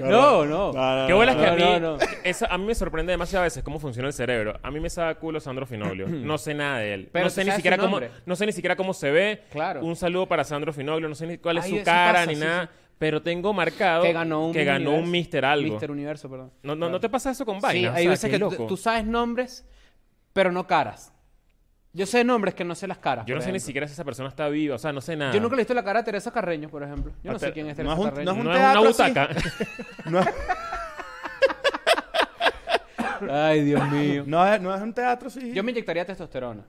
Speaker 3: No, no.
Speaker 1: Qué bolas que a
Speaker 3: no,
Speaker 1: mí.
Speaker 3: no, no.
Speaker 1: eso- a mí me sorprende demasiado a veces cómo funciona el cerebro. A mí me saca culo Sandro Finoglio. No sé nada de él.
Speaker 3: Pero
Speaker 1: no
Speaker 3: tú
Speaker 1: sé ni
Speaker 3: sabes
Speaker 1: siquiera
Speaker 3: su
Speaker 1: cómo.
Speaker 3: nombre.
Speaker 1: No sé ni siquiera cómo se ve.
Speaker 3: Claro.
Speaker 1: Un saludo para Sandro Finoglio. No sé ni cuál es
Speaker 3: Ay,
Speaker 1: su
Speaker 3: eso
Speaker 1: cara
Speaker 3: pasa,
Speaker 1: ni
Speaker 3: sí,
Speaker 1: nada. Pero tengo marcado
Speaker 3: Que ganó un
Speaker 1: que ganó un
Speaker 3: Universo.
Speaker 1: Mister algo.
Speaker 3: Mister Universo, perdón.
Speaker 1: No, no, ¿no te pasa eso con vainas.
Speaker 3: Sí, hay
Speaker 1: O sea,
Speaker 3: veces
Speaker 1: qué
Speaker 3: que tú-
Speaker 1: loco.
Speaker 3: tú sabes nombres, pero no caras. Yo sé nombres que no sé las caras.
Speaker 1: Yo no
Speaker 3: por
Speaker 1: sé ni
Speaker 3: ejemplo.
Speaker 1: siquiera si esa persona está viva. O sea, no sé nada.
Speaker 3: Yo nunca le he visto la cara a Teresa Carreño, por ejemplo. Yo no
Speaker 1: A Ter-
Speaker 3: sé quién es
Speaker 2: no
Speaker 3: Teresa
Speaker 2: es un-
Speaker 3: Carreño.
Speaker 2: no
Speaker 1: No es una
Speaker 2: teatro así.
Speaker 1: butaca.
Speaker 3: Ay, Dios mío.
Speaker 2: No es, no es un teatro, sí.
Speaker 3: Yo me inyectaría testosterona.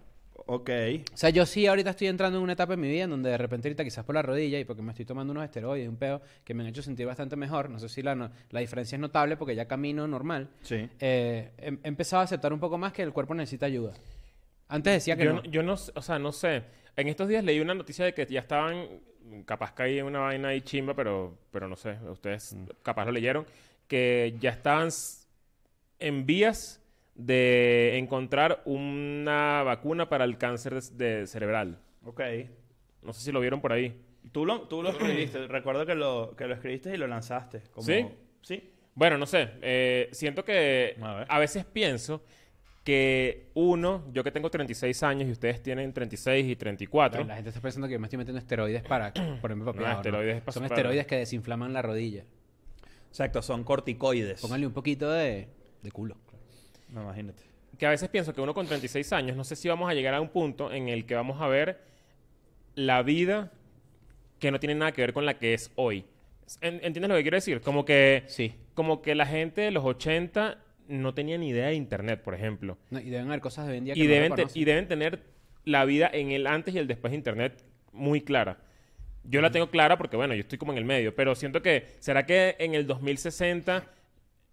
Speaker 2: Ok.
Speaker 3: O sea, yo sí ahorita estoy entrando en una etapa en mi vida en donde de repente ahorita quizás por la rodilla y porque me estoy tomando unos esteroides y un pedo que me han hecho sentir bastante mejor. No sé si la, no- la diferencia es notable porque ya camino normal.
Speaker 2: Sí.
Speaker 3: Eh, he, he empezado a aceptar un poco más que el cuerpo necesita ayuda. Antes decía que
Speaker 1: yo,
Speaker 3: no.
Speaker 1: no, yo no s- o sea, no sé. En estos días leí una noticia de que ya estaban, capaz caí en una vaina ahí chimba, pero, pero no sé, ustedes capaz lo leyeron, que ya estaban s- en vías de encontrar una vacuna para el cáncer de- de cerebral.
Speaker 2: Ok.
Speaker 1: No sé si lo vieron por ahí.
Speaker 2: Tú lo, tú lo escribiste. Recuerdo que lo, que lo escribiste y lo lanzaste. Como...
Speaker 1: ¿Sí?
Speaker 2: Sí.
Speaker 1: Bueno, no sé. eh, siento que
Speaker 2: A ver.
Speaker 1: a, veces pienso que uno, yo que tengo 36 años y ustedes tienen 36 y 34.
Speaker 3: La gente está pensando que yo me estoy metiendo esteroides para ponerme papeado.
Speaker 1: No, esteroides es para-
Speaker 3: Son esteroides que desinflaman la rodilla.
Speaker 2: Exacto, son corticoides.
Speaker 3: Pónganle un poquito de, de culo.
Speaker 2: No, imagínate.
Speaker 1: que a veces pienso que uno con 36 años, no sé si vamos a llegar a un punto en el que vamos a ver la vida que no tiene nada que ver con la que es hoy. En- ¿Entiendes lo que quiero decir? Como que,
Speaker 3: Sí.
Speaker 1: como que la gente de los 80 no tenía ni idea de internet, por ejemplo.
Speaker 3: No, y deben haber cosas de hoy en día que
Speaker 1: Y
Speaker 3: no
Speaker 1: deben, te-
Speaker 3: reconocen.
Speaker 1: y deben tener la vida en el antes y el después de internet muy clara. Yo la tengo clara porque, bueno, yo estoy como en el medio, pero siento que, ¿será que en el 2060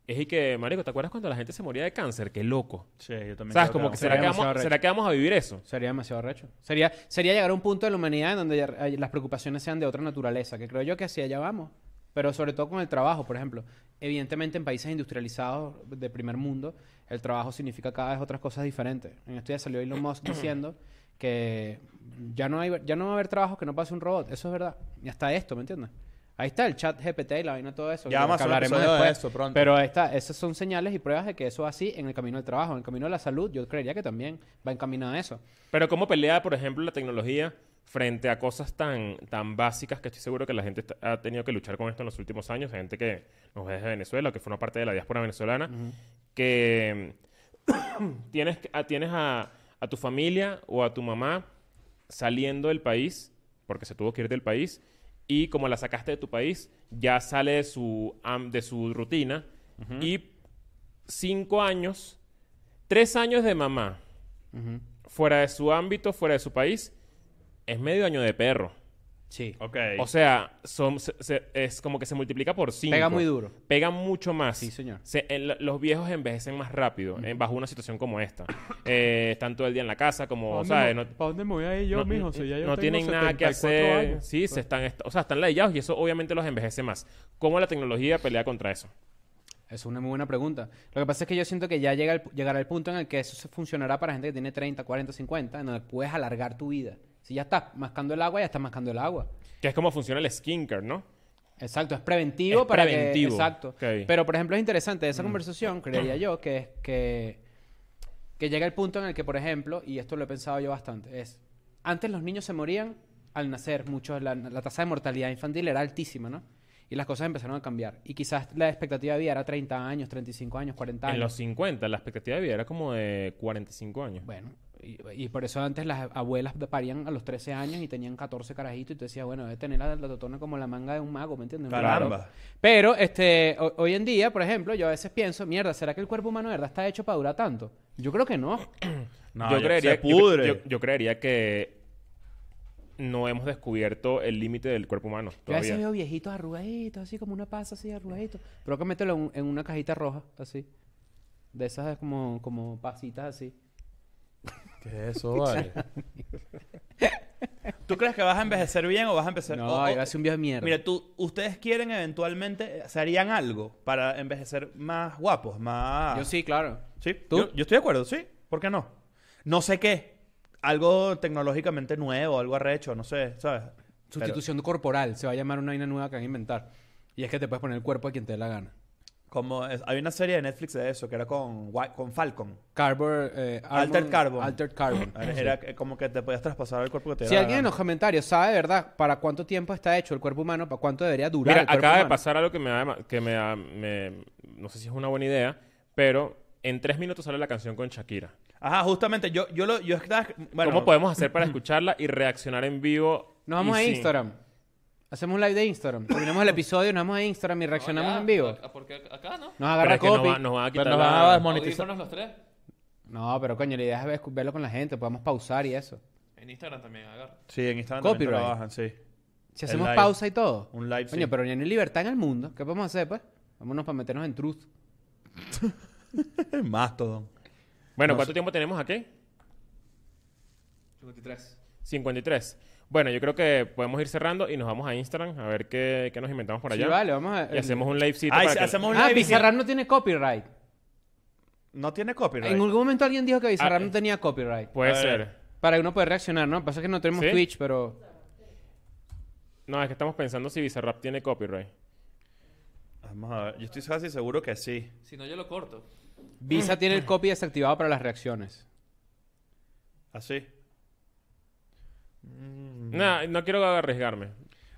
Speaker 1: es y que, Marico, ¿te acuerdas cuando la gente se moría de cáncer? Qué loco.
Speaker 2: Sí, yo también.
Speaker 1: ¿Sabes?
Speaker 2: creo
Speaker 1: Como que
Speaker 2: vamos
Speaker 1: será
Speaker 2: a-
Speaker 1: que,
Speaker 3: Sería demasiado
Speaker 1: vamos,
Speaker 3: arrecho.
Speaker 1: ¿será que vamos a vivir eso?
Speaker 3: Sería demasiado recho. Sería, sería llegar a un punto de la humanidad en donde ya- ay, las preocupaciones sean de otra naturaleza, que creo yo que hacia allá vamos. Pero sobre todo con el trabajo, por ejemplo. Evidentemente en países industrializados de primer mundo, el trabajo significa cada vez otras cosas diferentes. En esto ya salió Elon Musk diciendo que ya no, hay, ya no va a haber trabajos que no pase un robot. Eso es verdad. Y hasta esto, ¿me entiendes? Ahí está el chat GPT y la vaina, todo eso.
Speaker 2: Ya
Speaker 3: que
Speaker 2: vamos a hacer un
Speaker 3: hablaremos
Speaker 2: episodio de
Speaker 3: después.
Speaker 2: eso pronto.
Speaker 3: Pero ahí está, esas son señales y pruebas de que eso va así en el camino del trabajo. En el camino de la salud, yo creería que también va encaminado a eso.
Speaker 1: Pero ¿cómo pelea, por ejemplo, la tecnología frente a cosas tan, tan básicas que estoy seguro que la gente está- ha tenido que luchar con esto en los últimos años? Gente que nos es de Venezuela, que forma parte de la diáspora venezolana, que tienes, que- a, tienes a, a tu familia o a tu mamá saliendo del país, porque se tuvo que ir del país, y como la sacaste de tu país, ya sale de su, am- de su rutina y cinco años, tres años de mamá, fuera de su ámbito, fuera de su país, es medio año de perro.
Speaker 3: Sí.
Speaker 2: Ok.
Speaker 1: O sea, son- se- se- es como que se multiplica por 5.
Speaker 3: Pega muy duro.
Speaker 1: Pega mucho más.
Speaker 3: Sí, señor.
Speaker 1: Se- el- los viejos envejecen más rápido eh, bajo una situación como esta. Eh, están todo el día en la casa, como, ¿sabes? No,
Speaker 6: ¿Para dónde me voy a ir yo,
Speaker 1: no-
Speaker 6: mijo? Si ya yo
Speaker 1: no
Speaker 6: tengo
Speaker 1: tienen nada que
Speaker 6: 74
Speaker 1: hacer.
Speaker 6: años. Pues.
Speaker 1: Sí, se están, est- o sea, están ladillados y eso obviamente los envejece más. ¿Cómo la tecnología pelea contra eso?
Speaker 3: Es una muy buena pregunta. Lo que pasa es que yo siento que ya llega el, llegará el punto en el que eso se funcionará para gente que tiene 30, 40, 50, en donde puedes alargar tu vida. Si ya estás mascando el agua, ya estás mascando el agua.
Speaker 1: Que es como funciona el skincare, ¿no?
Speaker 3: Exacto, es preventivo
Speaker 1: Es
Speaker 3: para que-
Speaker 1: preventivo.
Speaker 3: exacto.
Speaker 1: Ok. Mm.
Speaker 3: Pero, por ejemplo, es interesante esa conversación, creería yo, que es que, que llega el punto en el que, por ejemplo, y esto lo he pensado yo bastante, es, antes los niños se morían al nacer, muchos, la, la tasa de mortalidad infantil era altísima, ¿no? Y las cosas empezaron a cambiar. Y quizás la expectativa de vida era 30 años, 35 años, 40 años.
Speaker 1: En los 50, la expectativa de vida era como de 45 años.
Speaker 3: Bueno, y, y por eso antes las abuelas parían a los 13 años y tenían 14 carajitos y tú decías, bueno, debe tener la, la totona como la manga de un mago, ¿me entiendes? Un
Speaker 2: Caramba.
Speaker 3: reloj. Pero este, ho- hoy en día, por ejemplo, yo a veces pienso, mierda, ¿será que el cuerpo humano de verdad está hecho para durar tanto? Yo creo que no.
Speaker 2: No,
Speaker 1: yo,
Speaker 2: yo-
Speaker 1: creería,
Speaker 2: se pudre.
Speaker 1: Yo, yo- yo creería que no hemos descubierto el límite del cuerpo humano
Speaker 3: Yo a veces
Speaker 1: todavía.
Speaker 3: veo viejitos arrugaditos, así como una pasa así arrugaditos. Pero que mételo en, un- en una cajita roja, así. De esas como, como pasitas así.
Speaker 6: ¿Qué es eso, vale?
Speaker 2: ¿Tú crees que vas a envejecer bien o vas a empezar
Speaker 3: No,
Speaker 2: o- o-
Speaker 3: yo a ser un viejo de mierda.
Speaker 2: Mira, tú, ustedes quieren eventualmente, eh, se harían algo para envejecer más guapos, más...
Speaker 3: Yo sí, claro.
Speaker 2: Sí,
Speaker 3: ¿Tú?
Speaker 2: Yo, yo estoy de acuerdo, sí. ¿Por qué no? No sé qué. Algo tecnológicamente nuevo, algo arrecho, no sé, ¿sabes? Pero-
Speaker 3: Sustitución corporal, se va a llamar una vaina nueva que van a inventar. Y es que te puedes poner el cuerpo a quien te dé la gana.
Speaker 2: como es- hay una serie de Netflix de eso, que era con, Wa- con Falcon.
Speaker 3: Carbon, eh,
Speaker 2: Altered
Speaker 3: Armor-
Speaker 2: Carbon.
Speaker 3: Altered Carbon.
Speaker 2: Era, era que- como que te podías traspasar el cuerpo que te
Speaker 3: Ah, Si
Speaker 2: diera la
Speaker 3: alguien en
Speaker 2: gana.
Speaker 3: los comentarios sabe, de ¿verdad? ¿Para cuánto tiempo está hecho el cuerpo humano? ¿Para cuánto debería durar
Speaker 1: Mira,
Speaker 3: el cuerpo
Speaker 1: acaba de
Speaker 3: humano?
Speaker 1: pasar algo que me da, que me da- me- no sé si es una buena idea, pero en tres minutos sale la canción con Shakira.
Speaker 2: Ajá, justamente, yo, yo, lo, yo estaba... Bueno,
Speaker 1: ¿Cómo podemos hacer para escucharla y reaccionar en vivo?
Speaker 3: Nos vamos
Speaker 1: y
Speaker 3: a
Speaker 1: sin-
Speaker 3: Instagram. Hacemos un live de Instagram. Terminamos el episodio, nos vamos a Instagram y reaccionamos en vivo.
Speaker 4: Porque acá, ¿no?
Speaker 3: Nos
Speaker 1: Pero
Speaker 3: agarra
Speaker 1: es que nos,
Speaker 3: copy.
Speaker 1: va- nos van a quitar
Speaker 6: Pero nos
Speaker 1: la-
Speaker 6: van a desmonetizar.
Speaker 4: Audífonos los tres.
Speaker 3: No, pero coño, la idea es ver- verlo con la gente. Podemos pausar y eso.
Speaker 4: En Instagram también, agarra.
Speaker 2: Sí, en Instagram también te lo
Speaker 3: Copyright.
Speaker 2: bajan, sí.
Speaker 3: Si
Speaker 2: El
Speaker 3: hacemos
Speaker 2: live.
Speaker 3: pausa y todo.
Speaker 2: Un live,
Speaker 3: Coño,
Speaker 2: sí.
Speaker 3: pero ya no hay libertad en el mundo. ¿Qué podemos hacer, pues? Vámonos para meternos en truth.
Speaker 2: Mastodon.
Speaker 1: Bueno, ¿cuánto tiempo tenemos aquí?
Speaker 4: 53.
Speaker 1: 53. Bueno, yo creo que podemos ir cerrando y nos vamos a Instagram a ver qué, qué nos inventamos por
Speaker 3: Sí,
Speaker 1: allá.
Speaker 3: vale, vamos a...
Speaker 1: Y hacemos un livecito
Speaker 2: Ay,
Speaker 1: para que-
Speaker 2: hacemos un
Speaker 3: Ah,
Speaker 2: live y-
Speaker 3: Bizarrap no tiene copyright.
Speaker 2: No tiene copyright.
Speaker 3: En algún momento alguien dijo que Bizarrap
Speaker 1: Ah,
Speaker 3: no tenía copyright.
Speaker 1: Puede
Speaker 2: A ver.
Speaker 1: ser.
Speaker 3: Para uno poder reaccionar, ¿no? Pasa que no tenemos
Speaker 1: ¿Sí?
Speaker 3: Twitch, pero...
Speaker 1: No, es que estamos pensando si Bizarrap tiene copyright.
Speaker 2: Vamos a ver, yo estoy casi seguro que sí.
Speaker 4: Si no, yo lo corto.
Speaker 1: Mm.
Speaker 3: Visa tiene el copy desactivado para las reacciones.
Speaker 2: Así.
Speaker 3: Mm.
Speaker 1: No, no quiero arriesgarme.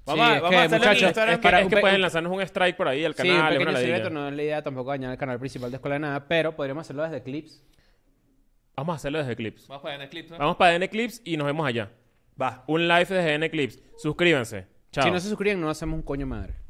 Speaker 2: Vamos a-
Speaker 3: es
Speaker 2: vamos
Speaker 3: que,
Speaker 2: a hacerlo en
Speaker 3: muchachos,
Speaker 2: Instagram.
Speaker 1: Es que,
Speaker 3: para
Speaker 1: es que
Speaker 3: un pe-
Speaker 1: pueden
Speaker 3: un-
Speaker 1: lanzarnos un strike por ahí al
Speaker 3: Sí, un
Speaker 1: canal. es una
Speaker 3: pequeño
Speaker 1: ladilla.
Speaker 3: secreto, no es la idea tampoco dañar el canal principal de Escuela de Nada, pero podríamos hacerlo desde clips.
Speaker 1: Vamos a hacerlo desde Clips.
Speaker 4: Vamos para allá en Eclipse, ¿no?
Speaker 1: Vamos para DN Clips y nos vemos allá.
Speaker 2: Va.
Speaker 1: Un live desde DN Clips. Suscríbanse. Chao.
Speaker 3: Si no se suscriben, no hacemos un coño madre.